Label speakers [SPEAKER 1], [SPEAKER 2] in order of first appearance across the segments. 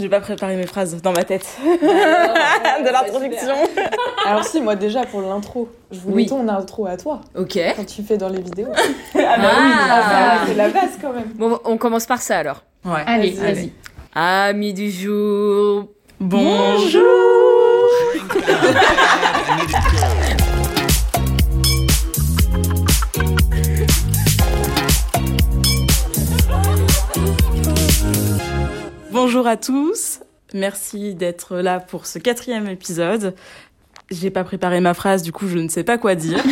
[SPEAKER 1] J'ai pas préparé mes phrases dans ma tête Ah,
[SPEAKER 2] Ah, bah,
[SPEAKER 1] de l'introduction.
[SPEAKER 2] Alors si, moi déjà pour l'intro, je voulais
[SPEAKER 3] Oui.
[SPEAKER 2] ton intro à toi,
[SPEAKER 3] Ok.
[SPEAKER 2] quand tu fais dans les vidéos.
[SPEAKER 1] Ah bah oui.
[SPEAKER 2] Ah,
[SPEAKER 3] Ah.
[SPEAKER 2] c'est la base quand même.
[SPEAKER 3] Bon, on commence par ça alors.
[SPEAKER 1] Ouais.
[SPEAKER 4] Allez,
[SPEAKER 2] Vas-y,
[SPEAKER 4] vas-y.
[SPEAKER 3] Amis du jour.
[SPEAKER 1] Bonjour. Bonjour à tous. Merci d'être là pour ce quatrième épisode. J'ai pas préparé ma phrase, du coup je ne sais pas quoi dire.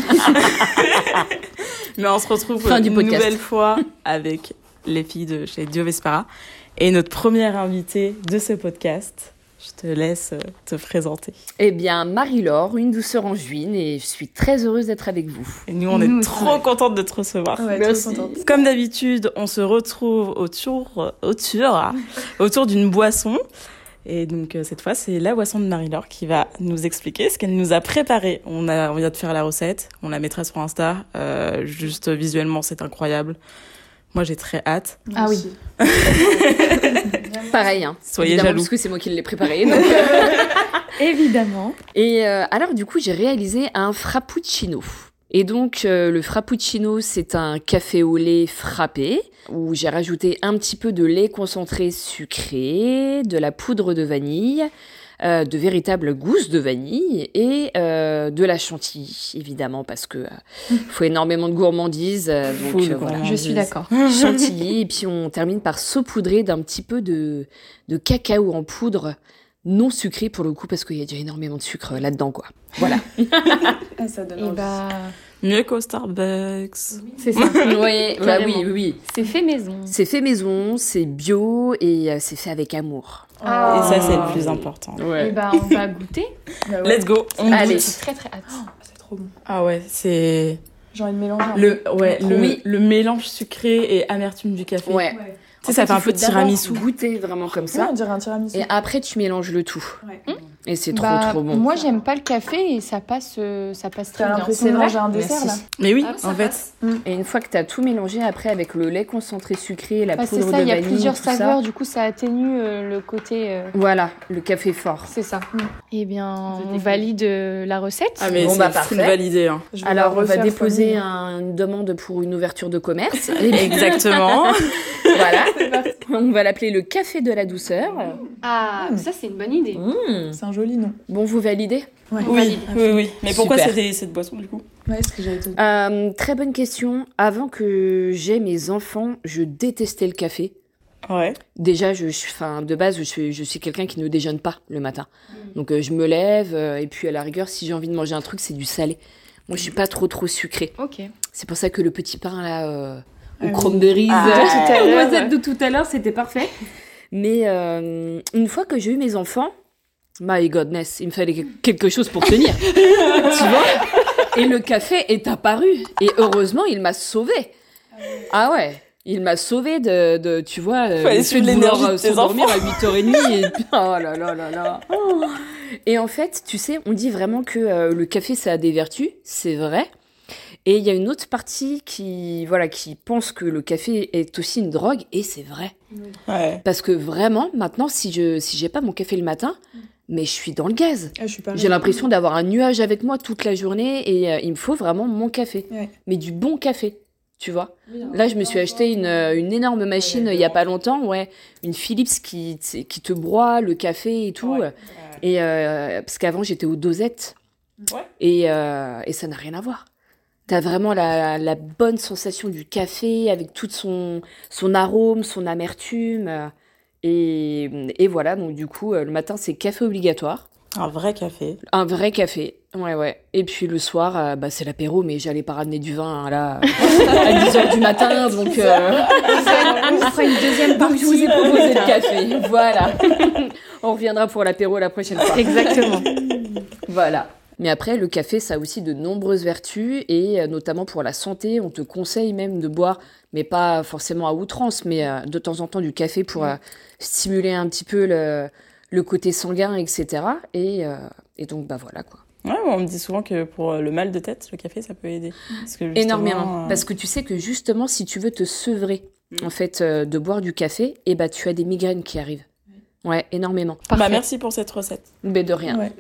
[SPEAKER 1] Mais on se retrouve
[SPEAKER 3] Fin du
[SPEAKER 1] une
[SPEAKER 3] podcast.
[SPEAKER 1] nouvelle fois avec les filles de chez Dio Vespara et notre première invitée de ce podcast. Je te laisse euh, te présenter.
[SPEAKER 3] Eh bien, Marie-Laure, une douceur en juine, et je suis très heureuse d'être avec vous.
[SPEAKER 1] Et nous, on
[SPEAKER 4] Nous
[SPEAKER 1] est
[SPEAKER 4] aussi.
[SPEAKER 1] trop contentes de te recevoir.
[SPEAKER 2] Ouais, trop
[SPEAKER 3] Merci.
[SPEAKER 2] contente.
[SPEAKER 1] Comme d'habitude, on se retrouve autour, autour, autour d'une boisson. Et donc, euh, cette fois, c'est la boisson de Marie-Laure qui va nous expliquer ce qu'elle nous a préparé. On, a, on vient de faire la recette, on la mettra sur Insta. Euh, juste euh, visuellement, c'est incroyable. Moi, j'ai très hâte.
[SPEAKER 4] Ah oui.
[SPEAKER 2] Merci.
[SPEAKER 3] Pareil, hein.
[SPEAKER 1] Soyez
[SPEAKER 3] Évidemment,
[SPEAKER 1] jaloux.
[SPEAKER 3] Parce que c'est moi qui l'ai préparé. donc.
[SPEAKER 4] Évidemment.
[SPEAKER 3] Et euh, alors, du coup, j'ai réalisé un frappuccino. Et donc, euh, le frappuccino, c'est un café au lait frappé, où j'ai rajouté un petit peu de lait concentré sucré, de la poudre de vanille, euh, de véritables gousses de vanille et euh, de la chantilly, évidemment, parce que euh, faut énormément de gourmandise. euh, donc,
[SPEAKER 1] Full
[SPEAKER 3] euh, voilà.
[SPEAKER 1] gourmandise.
[SPEAKER 4] Je suis d'accord.
[SPEAKER 3] chantilly et puis on termine par saupoudrer d'un petit peu de, de cacao en poudre non sucré pour le coup parce qu'il y a déjà énormément de sucre euh, là-dedans quoi.
[SPEAKER 2] Ah, ça
[SPEAKER 3] Eh
[SPEAKER 2] donne
[SPEAKER 4] Et
[SPEAKER 2] envie.
[SPEAKER 3] ben,
[SPEAKER 4] bah,
[SPEAKER 1] Mieux qu'au Starbucks.
[SPEAKER 4] c'est ça.
[SPEAKER 3] Oui, bah oui,
[SPEAKER 4] Carrément.
[SPEAKER 3] oui, oui.
[SPEAKER 4] C'est fait maison.
[SPEAKER 3] C'est fait maison, c'est bio et euh, c'est fait avec amour.
[SPEAKER 1] Et ça, c'est
[SPEAKER 2] Ah.
[SPEAKER 1] le plus important.
[SPEAKER 4] Et bah, on va goûter.
[SPEAKER 2] Bah ouais.
[SPEAKER 1] Let's go. On
[SPEAKER 3] Allez.
[SPEAKER 4] J'ai
[SPEAKER 1] goûte.
[SPEAKER 4] très très hâte.
[SPEAKER 2] Ah, C'est trop bon.
[SPEAKER 1] Ah ouais, c'est
[SPEAKER 2] J'ai envie de mélanger. un
[SPEAKER 1] le ouais le,
[SPEAKER 3] Oui.
[SPEAKER 1] le mélange sucré et amertume du café.
[SPEAKER 3] Ouais.
[SPEAKER 2] peu. Ouais.
[SPEAKER 1] Tu sais, ça fait un peu de tiramisu.
[SPEAKER 3] Goûter vraiment comme
[SPEAKER 2] Ouais,
[SPEAKER 3] ça.
[SPEAKER 2] on dirait un tiramisu.
[SPEAKER 3] Et après tu mélanges le tout
[SPEAKER 2] Ouais.
[SPEAKER 3] et c'est trop
[SPEAKER 4] Bah,
[SPEAKER 3] trop bon.
[SPEAKER 4] Moi, j'aime pas le café et ça passe, euh, ça passe très
[SPEAKER 2] T'as
[SPEAKER 4] bien.
[SPEAKER 2] l'impression de manger un dessert
[SPEAKER 3] Merci.
[SPEAKER 1] Mais oui,
[SPEAKER 4] Ah, ça
[SPEAKER 1] en fait,
[SPEAKER 3] Et une fois que t'as tout mélangé après avec le lait concentré sucré et la
[SPEAKER 4] Bah, c'est
[SPEAKER 3] poudre
[SPEAKER 4] ça,
[SPEAKER 3] de
[SPEAKER 4] il y a
[SPEAKER 3] vanille,
[SPEAKER 4] plusieurs
[SPEAKER 3] tout ça.
[SPEAKER 4] saveurs, du coup, ça atténue euh, le côté. euh,
[SPEAKER 3] Voilà, le café fort.
[SPEAKER 4] C'est ça. Eh bien,
[SPEAKER 2] C'est
[SPEAKER 4] on
[SPEAKER 2] technique.
[SPEAKER 4] valide euh, la recette.
[SPEAKER 1] ah mais
[SPEAKER 3] Bon,
[SPEAKER 1] c'est
[SPEAKER 3] bah,
[SPEAKER 1] full
[SPEAKER 3] parfait.
[SPEAKER 1] validé. hein.
[SPEAKER 2] là.
[SPEAKER 3] Alors, on va déposer un- une demande pour une ouverture de commerce. Et puis,
[SPEAKER 1] Exactement.
[SPEAKER 3] voilà. On va l'appeler le café de la douceur.
[SPEAKER 4] Ah,
[SPEAKER 2] Mm.
[SPEAKER 4] ça, c'est une bonne idée.
[SPEAKER 3] Mmh.
[SPEAKER 2] C'est un joli nom.
[SPEAKER 3] Bon, vous validez
[SPEAKER 2] Ouais.
[SPEAKER 1] oui, oui, oui. Mais pourquoi
[SPEAKER 3] Super.
[SPEAKER 1] c'était cette boisson du coup
[SPEAKER 2] Ouais, ce que j'avais dit.
[SPEAKER 3] Euh, Très bonne question. Avant que j'aie mes enfants, je détestais le café.
[SPEAKER 1] Ouais.
[SPEAKER 3] Déjà, je, je, enfin, de base, je, suis- je suis quelqu'un qui ne déjeune pas le matin.
[SPEAKER 2] Mm.
[SPEAKER 3] Donc, euh, je me lève euh, et puis à la rigueur, si j'ai envie de manger un truc, c'est du salé. Moi, je suis pas trop trop sucré.
[SPEAKER 4] Ok.
[SPEAKER 3] C'est pour ça que le petit pain là euh,
[SPEAKER 2] Ah
[SPEAKER 3] aux
[SPEAKER 2] oui.
[SPEAKER 3] cranberries
[SPEAKER 2] Ah,
[SPEAKER 3] euh,
[SPEAKER 2] tout à
[SPEAKER 3] aux
[SPEAKER 4] l'heure.
[SPEAKER 3] noisettes de tout à l'heure, c'était parfait. Mais euh, une fois que j'ai eu mes enfants, my godness, il me fallait que- quelque chose pour tenir. tu vois Et le café est apparu. Et heureusement, il m'a sauvée. Ah ouais il m'a sauvé de, de- tu vois, euh,
[SPEAKER 1] Fallait
[SPEAKER 3] le fait
[SPEAKER 1] suivre
[SPEAKER 3] de
[SPEAKER 1] l'énergie
[SPEAKER 3] vouloir euh,
[SPEAKER 1] de tes
[SPEAKER 3] s'endormir à 8h30. Et... Oh là là là là.
[SPEAKER 1] Oh.
[SPEAKER 3] Et en fait, tu sais, on dit vraiment que euh, le café, ça a des vertus, c'est vrai. Et il y a une autre partie qui, voilà, qui pense que le café est aussi une drogue, et c'est vrai.
[SPEAKER 1] Ouais.
[SPEAKER 3] Parce que vraiment, maintenant, si je si j'ai pas mon café le matin,
[SPEAKER 1] Mm.
[SPEAKER 3] mais je suis dans le gaz.
[SPEAKER 2] Ah, je suis pas
[SPEAKER 3] J'ai l'impression d'avoir un nuage avec moi toute la journée, et euh, il me faut vraiment mon café.
[SPEAKER 2] Ouais.
[SPEAKER 3] Mais du bon café, tu vois.
[SPEAKER 2] hein.
[SPEAKER 3] Là, je me suis acheté une, euh, une énorme machine il y a pas longtemps, ouais, une Philips qui, t- qui te broie le café et tout.
[SPEAKER 1] Ouais.
[SPEAKER 3] Et euh, parce qu'avant j'étais aux dosettes.
[SPEAKER 1] Ouais.
[SPEAKER 3] Et, euh, et ça n'a rien à voir. T'as vraiment la, la bonne sensation du café avec tout son, son arôme, son amertume. euh, Et, et voilà, donc du coup, euh, le matin c'est café obligatoire.
[SPEAKER 1] Un vrai café.
[SPEAKER 3] Un vrai café. Ouais, ouais. Et puis le soir, euh, bah, c'est l'apéro, mais j'allais pas ramener du vin hein, là à 10h du matin. Donc, euh,
[SPEAKER 4] on fera une deuxième
[SPEAKER 3] donc je vous ai proposé le café. Voilà. On reviendra pour l'apéro la prochaine fois.
[SPEAKER 4] Exactement.
[SPEAKER 3] Voilà. Mais après, le café, ça a aussi de nombreuses vertus, et euh, notamment pour la santé, on te conseille même de boire, mais pas forcément à outrance, mais euh, de temps en temps du café pour euh, stimuler un petit peu le, le côté sanguin, etc. Et, euh, et donc, bah voilà quoi.
[SPEAKER 1] Ouais, on me dit souvent que pour euh, le mal de tête, le café ça peut aider. Parce que justement,
[SPEAKER 3] Énormément.
[SPEAKER 1] euh,
[SPEAKER 3] Parce que tu sais que justement, Mm. eh si tu veux te sevrer, en fait, euh, de boire du café, et bah tu as des migraines qui arrivent. Ouais, énormément.
[SPEAKER 1] Bah,
[SPEAKER 4] Parfait.
[SPEAKER 1] merci pour cette recette.
[SPEAKER 3] Mais de rien.
[SPEAKER 2] Ouais.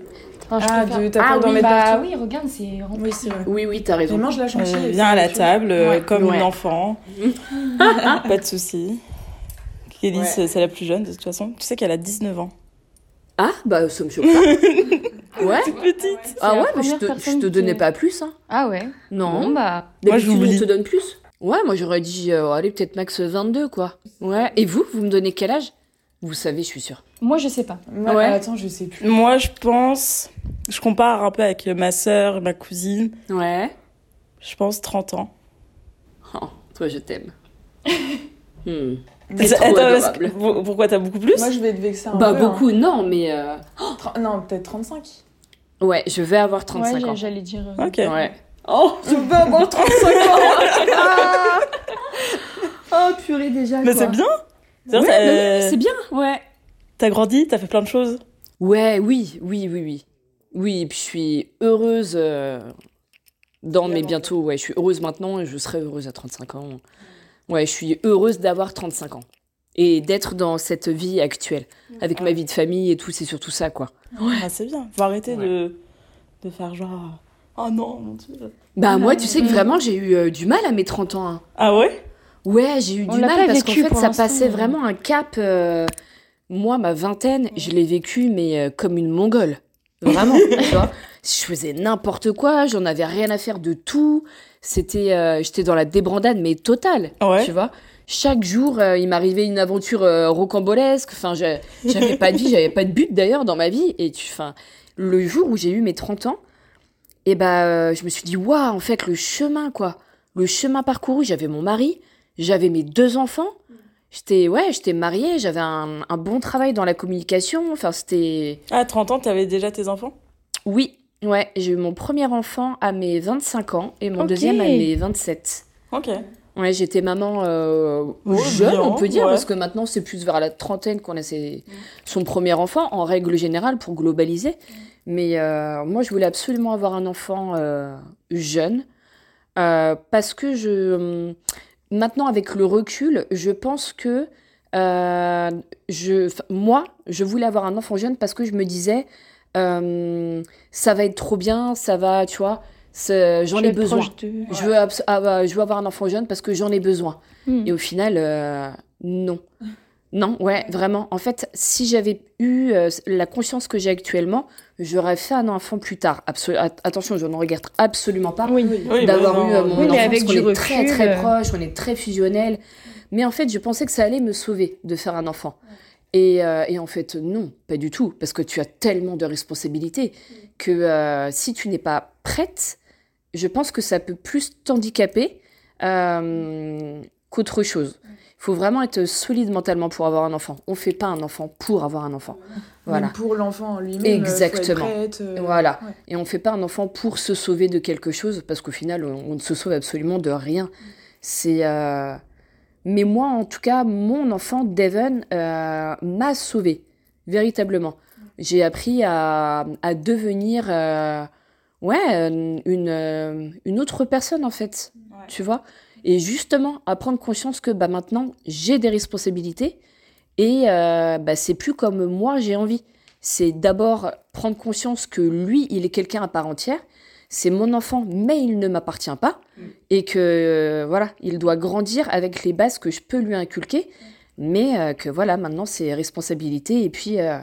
[SPEAKER 4] Enfin, je
[SPEAKER 2] Ah,
[SPEAKER 4] préfère-
[SPEAKER 2] de,
[SPEAKER 4] Ah
[SPEAKER 2] t'as peur d'en
[SPEAKER 4] oui,
[SPEAKER 2] mettre
[SPEAKER 4] bah
[SPEAKER 2] partout.
[SPEAKER 4] oui, regarde, c'est rempli.
[SPEAKER 2] Oui, c'est vrai.
[SPEAKER 3] Oui, oui, t'as
[SPEAKER 2] Et
[SPEAKER 3] raison.
[SPEAKER 2] mange la chantilly.
[SPEAKER 1] On
[SPEAKER 2] et
[SPEAKER 1] vient
[SPEAKER 2] c'est
[SPEAKER 1] Euh, à la
[SPEAKER 2] bon.
[SPEAKER 1] table euh, comme
[SPEAKER 3] Ouais.
[SPEAKER 1] une enfant. Pas de souci. Kelly,
[SPEAKER 2] Ouais.
[SPEAKER 1] c'est c'est la plus jeune de toute façon. Tu sais qu'elle a 19 ans.
[SPEAKER 3] Ah, bah, ça me choque pas. ouais.
[SPEAKER 1] Toute petite.
[SPEAKER 3] Ah
[SPEAKER 4] la
[SPEAKER 3] ouais, mais je
[SPEAKER 4] première
[SPEAKER 3] te, je
[SPEAKER 4] personne
[SPEAKER 3] te
[SPEAKER 4] qui-
[SPEAKER 3] donnais pas plus, hein.
[SPEAKER 4] Ah ouais.
[SPEAKER 3] Non.
[SPEAKER 4] Bon bah.
[SPEAKER 1] Moi,
[SPEAKER 3] D'habitude,
[SPEAKER 1] j'oublie.
[SPEAKER 3] on te donne plus Ouais, moi j'aurais dit, euh, allez, peut-être max 22, quoi. Ouais. Et vous, vous me donnez quel âge Vous savez, je suis sûre.
[SPEAKER 4] Moi je sais pas.
[SPEAKER 2] Moi,
[SPEAKER 3] Ouais.
[SPEAKER 2] Attends, je sais plus.
[SPEAKER 1] Moi, je pense. Je compare un peu avec ma sœur, ma cousine.
[SPEAKER 3] Ouais.
[SPEAKER 1] Je pense 30 ans.
[SPEAKER 3] Oh, toi, je t'aime. Hmm.
[SPEAKER 2] Mais
[SPEAKER 3] trop
[SPEAKER 1] parce
[SPEAKER 3] adorable.
[SPEAKER 1] que- pour- pourquoi t'as beaucoup plus
[SPEAKER 2] Moi, je vais te vexer un
[SPEAKER 3] Bah,
[SPEAKER 2] peu.
[SPEAKER 3] beaucoup, non, mais. euh,
[SPEAKER 2] hein. Tre- Non, peut-être 35.
[SPEAKER 3] Ouais, je vais avoir 35
[SPEAKER 4] Ouais, j'a-
[SPEAKER 3] ans.
[SPEAKER 4] j'allais dire. euh,
[SPEAKER 1] Ok.
[SPEAKER 3] Ouais. Oh, je vais avoir 35 ans Oh, purée, déjà.
[SPEAKER 1] Mais c'est bien.
[SPEAKER 3] Ouais,
[SPEAKER 1] C'est-à-dire,
[SPEAKER 3] bah
[SPEAKER 1] t'as-
[SPEAKER 3] oui, c'est bien, ouais.
[SPEAKER 1] T'as grandi, t'as fait plein de choses.
[SPEAKER 3] Ouais, oui, oui, oui, oui. Oui, et puis je suis heureuse euh, dans mes bientôt. Ouais, je suis heureuse maintenant et je serai heureuse à 35 ans. Ouais, je suis heureuse d'avoir 35 ans et d'être dans cette vie actuelle avec ma vie de famille et tout. C'est surtout ça, quoi.
[SPEAKER 1] Ah, c'est bien. Faut arrêter
[SPEAKER 3] Ouais.
[SPEAKER 1] de... de faire genre. Oh non, mon dieu.
[SPEAKER 3] Bah, moi, tu sais que vraiment, j'ai eu euh, du mal à mes 30 ans. hein.
[SPEAKER 1] Ah ouais
[SPEAKER 3] Ouais, j'ai eu
[SPEAKER 4] On
[SPEAKER 3] du
[SPEAKER 4] l'a
[SPEAKER 3] mal
[SPEAKER 4] pas
[SPEAKER 3] parce qu'en
[SPEAKER 4] vécu
[SPEAKER 3] fait,
[SPEAKER 4] pour
[SPEAKER 3] ça
[SPEAKER 4] l'instant, hein.
[SPEAKER 3] passait
[SPEAKER 4] ouais.
[SPEAKER 3] vraiment un cap. euh, Moi, ma vingtaine, je l'ai vécu, mais euh, comme une mongole. Vraiment, tu vois. Je faisais n'importe quoi, j'en avais rien à faire de tout. C'était, euh, j'étais dans la débrandade, mais totale,
[SPEAKER 1] Ouais.
[SPEAKER 3] tu vois. Chaque jour, euh, il m'arrivait une aventure euh, rocambolesque. Enfin, j'a- j'avais pas de vie, j'avais pas de but d'ailleurs dans ma vie. Et tu, enfin, le jour où j'ai eu mes 30 ans, et ben, euh, je me suis dit, waouh, en fait, le chemin, quoi. Le chemin parcouru, j'avais mon mari, j'avais mes deux enfants. J'étais, ouais, j'étais mariée, j'avais un, un bon travail dans la communication. Enfin, c'était.
[SPEAKER 1] À 30 Ah, ans, t'avais déjà tes enfants
[SPEAKER 3] Oui, ouais, j'ai eu mon premier enfant à mes 25 ans et mon
[SPEAKER 4] Ok.
[SPEAKER 3] deuxième à mes 27.
[SPEAKER 1] Ok.
[SPEAKER 3] Ouais, j'étais maman euh,
[SPEAKER 1] Ouais,
[SPEAKER 3] jeune,
[SPEAKER 1] bien,
[SPEAKER 3] on peut dire,
[SPEAKER 1] ouais.
[SPEAKER 3] parce que maintenant c'est plus vers la trentaine qu'on a ses- son premier enfant, en règle générale, pour globaliser. Mais euh, moi, je voulais absolument avoir un enfant euh, jeune, euh, parce que je... hum, Maintenant, avec le recul, je pense que euh, je, enfin, moi, je voulais avoir un enfant jeune parce que je me disais, euh, ça va être trop bien, ça va, tu vois, c'est- j'en
[SPEAKER 4] je vais
[SPEAKER 3] ai
[SPEAKER 4] être
[SPEAKER 3] besoin.
[SPEAKER 4] proche de-
[SPEAKER 3] Je veux, abs- ah bah, je veux avoir un enfant jeune parce que j'en ai besoin.
[SPEAKER 4] Hmm.
[SPEAKER 3] Et au final, euh, non. Non, ouais, vraiment. En fait, si j'avais eu euh, la conscience que j'ai actuellement, j'aurais fait un enfant plus tard. Absol- at- attention, je ne regrette absolument pas
[SPEAKER 4] Oui.
[SPEAKER 1] Oui,
[SPEAKER 3] d'avoir
[SPEAKER 1] bah,
[SPEAKER 3] eu
[SPEAKER 1] non.
[SPEAKER 3] euh, mon
[SPEAKER 4] Oui, mais
[SPEAKER 3] enfance,
[SPEAKER 4] avec
[SPEAKER 3] qu'on
[SPEAKER 4] du
[SPEAKER 3] est très
[SPEAKER 4] recul,
[SPEAKER 3] très
[SPEAKER 4] euh.
[SPEAKER 3] proche, on est très fusionnel. Mais en fait, je pensais que ça allait me sauver de faire un enfant. Et, euh, et en fait, non, pas du tout, parce que tu as tellement de responsabilités que euh, si tu n'es pas prête, je pense que ça peut plus t'handicaper euh, qu'autre chose. Il faut vraiment être solide mentalement pour avoir un enfant. On fait pas un enfant pour avoir un enfant. Voilà.
[SPEAKER 2] Même pour l'enfant en lui-même. euh, faut être
[SPEAKER 3] Exactement.
[SPEAKER 2] prête, euh,
[SPEAKER 3] Voilà.
[SPEAKER 2] ouais.
[SPEAKER 3] Et on fait pas un enfant pour se sauver de quelque chose, parce qu'au final, on, on ne se sauve absolument de rien. C'est. euh, Mais moi, en tout cas, mon enfant, Devon, euh, m'a sauvé, véritablement. J'ai appris à, à devenir. euh, Ouais, euh, une, euh, une autre personne, en fait.
[SPEAKER 1] Ouais.
[SPEAKER 3] Tu vois Et justement, à prendre conscience que bah, maintenant, j'ai des responsabilités. Et euh, bah, c'est plus comme moi, j'ai envie c'est d'abord prendre conscience que lui, il est quelqu'un à part entière. C'est mon enfant, mais il ne m'appartient pas. Et que, euh, voilà, il doit grandir avec les bases que je peux lui inculquer. Mais euh, que, voilà, maintenant, c'est responsabilité. Et puis, euh,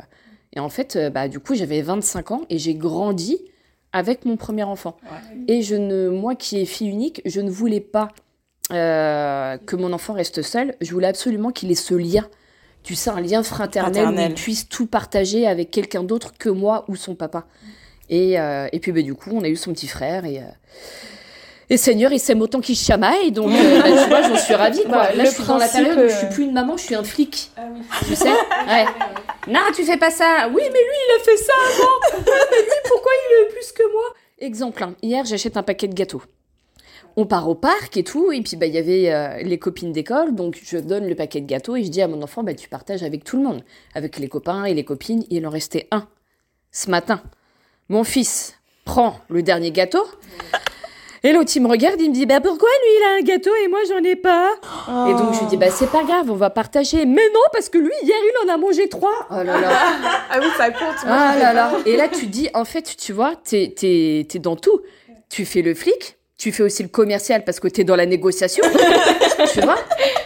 [SPEAKER 3] et en fait, euh, bah, du coup, j'avais 25 ans et j'ai grandi avec mon premier enfant. Et je ne, moi qui est fille unique, je ne voulais pas euh, que mon enfant reste seul. Je voulais absolument qu'il ait ce lien. Tu sais, un lien fraternel, où
[SPEAKER 1] Fraternel.
[SPEAKER 3] il puisse tout partager avec quelqu'un d'autre que moi ou son papa. Et, euh, et puis, bah, du coup, on a eu son petit frère et. euh, et Seigneur, il s'aime autant qu'il se chamaille, donc euh, bah, tu vois, j'en suis ravie. Quoi.
[SPEAKER 4] Bah,
[SPEAKER 3] Là,
[SPEAKER 4] le
[SPEAKER 3] je suis dans la
[SPEAKER 4] principe,
[SPEAKER 3] période où je suis
[SPEAKER 4] euh,
[SPEAKER 3] plus une maman, je suis un flic.
[SPEAKER 4] Ah
[SPEAKER 3] Tu sais Ouais. Non, tu fais pas ça. Oui, mais lui, il a fait ça avant. Mais lui, pourquoi il est plus que moi Exemple, hein. hier, j'achète un paquet de gâteaux. On part au parc et tout, et puis bah, il y avait euh, les copines d'école, donc je donne le paquet de gâteaux et je dis à mon enfant, bah, tu partages avec tout le monde, avec les copains et les copines, il en restait un. Ce matin, mon fils prend le dernier gâteau Et l'autre, il me regarde, il me dit, bah pourquoi lui, il a un gâteau et moi, j'en ai pas Et donc, je lui dis, bah c'est pas grave, on va partager. Mais non, parce que lui, hier, il en a mangé trois. Oh là là.
[SPEAKER 2] Ah oui, ça compte. moi,
[SPEAKER 3] Ah
[SPEAKER 2] je
[SPEAKER 3] là
[SPEAKER 2] sais
[SPEAKER 3] là. Et là, tu dis, en fait, tu vois, t'es, t'es, t'es dans tout. Tu fais le flic, tu fais aussi le commercial parce que t'es dans la négociation. tu vois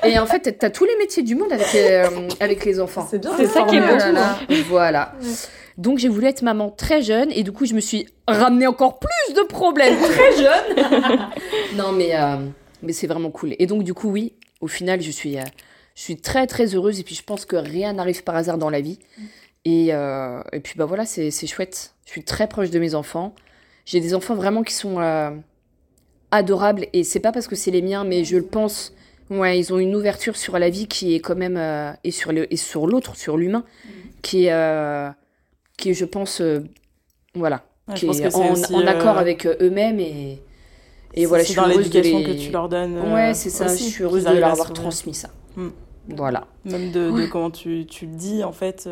[SPEAKER 3] Et en fait, t'as tous les métiers du monde avec, euh, avec les
[SPEAKER 2] pas.
[SPEAKER 3] enfants.
[SPEAKER 2] C'est bien. hein,
[SPEAKER 4] C'est ça
[SPEAKER 3] Oh
[SPEAKER 4] qui est
[SPEAKER 2] formé, là,
[SPEAKER 4] beau.
[SPEAKER 2] là.
[SPEAKER 3] Voilà. Donc, j'ai voulu être maman très jeune et du coup, je me suis ramené encore plus de problèmes très jeune. non, mais, euh, mais c'est vraiment cool. Et donc, du coup, oui, au final, je suis, euh, je suis très, très heureuse et puis je pense que rien n'arrive par hasard dans la vie. Et, euh, et puis, bah voilà, c'est c'est chouette. Je suis très proche de mes enfants. J'ai des enfants vraiment qui sont euh, adorables et c'est pas parce que c'est les miens, mais je le pense. Ouais, ils ont une ouverture sur la vie qui est quand même euh, et sur le et sur l'autre, sur l'humain, qui est euh, qui est, je pense euh, voilà,
[SPEAKER 1] Ouais, je
[SPEAKER 3] qui
[SPEAKER 1] pense
[SPEAKER 3] est
[SPEAKER 1] que c'est
[SPEAKER 3] en,
[SPEAKER 1] aussi,
[SPEAKER 3] en
[SPEAKER 1] euh,
[SPEAKER 3] accord avec euh, eux-mêmes et et
[SPEAKER 1] C'est-
[SPEAKER 3] voilà, je
[SPEAKER 1] c'est
[SPEAKER 3] suis
[SPEAKER 1] dans
[SPEAKER 3] heureuse de
[SPEAKER 1] l'éducation
[SPEAKER 3] les...
[SPEAKER 1] que tu leur donnes. euh,
[SPEAKER 3] Ouais, c'est ça.
[SPEAKER 1] aussi,
[SPEAKER 3] je suis heureuse
[SPEAKER 1] qu'ils
[SPEAKER 3] de
[SPEAKER 1] arrivent
[SPEAKER 3] leur
[SPEAKER 1] à
[SPEAKER 3] avoir
[SPEAKER 1] s'ouvrir.
[SPEAKER 3] transmis ça.
[SPEAKER 1] Mm.
[SPEAKER 3] Voilà.
[SPEAKER 1] Même de, de
[SPEAKER 3] Ouais.
[SPEAKER 1] comment tu, tu le dis, en fait,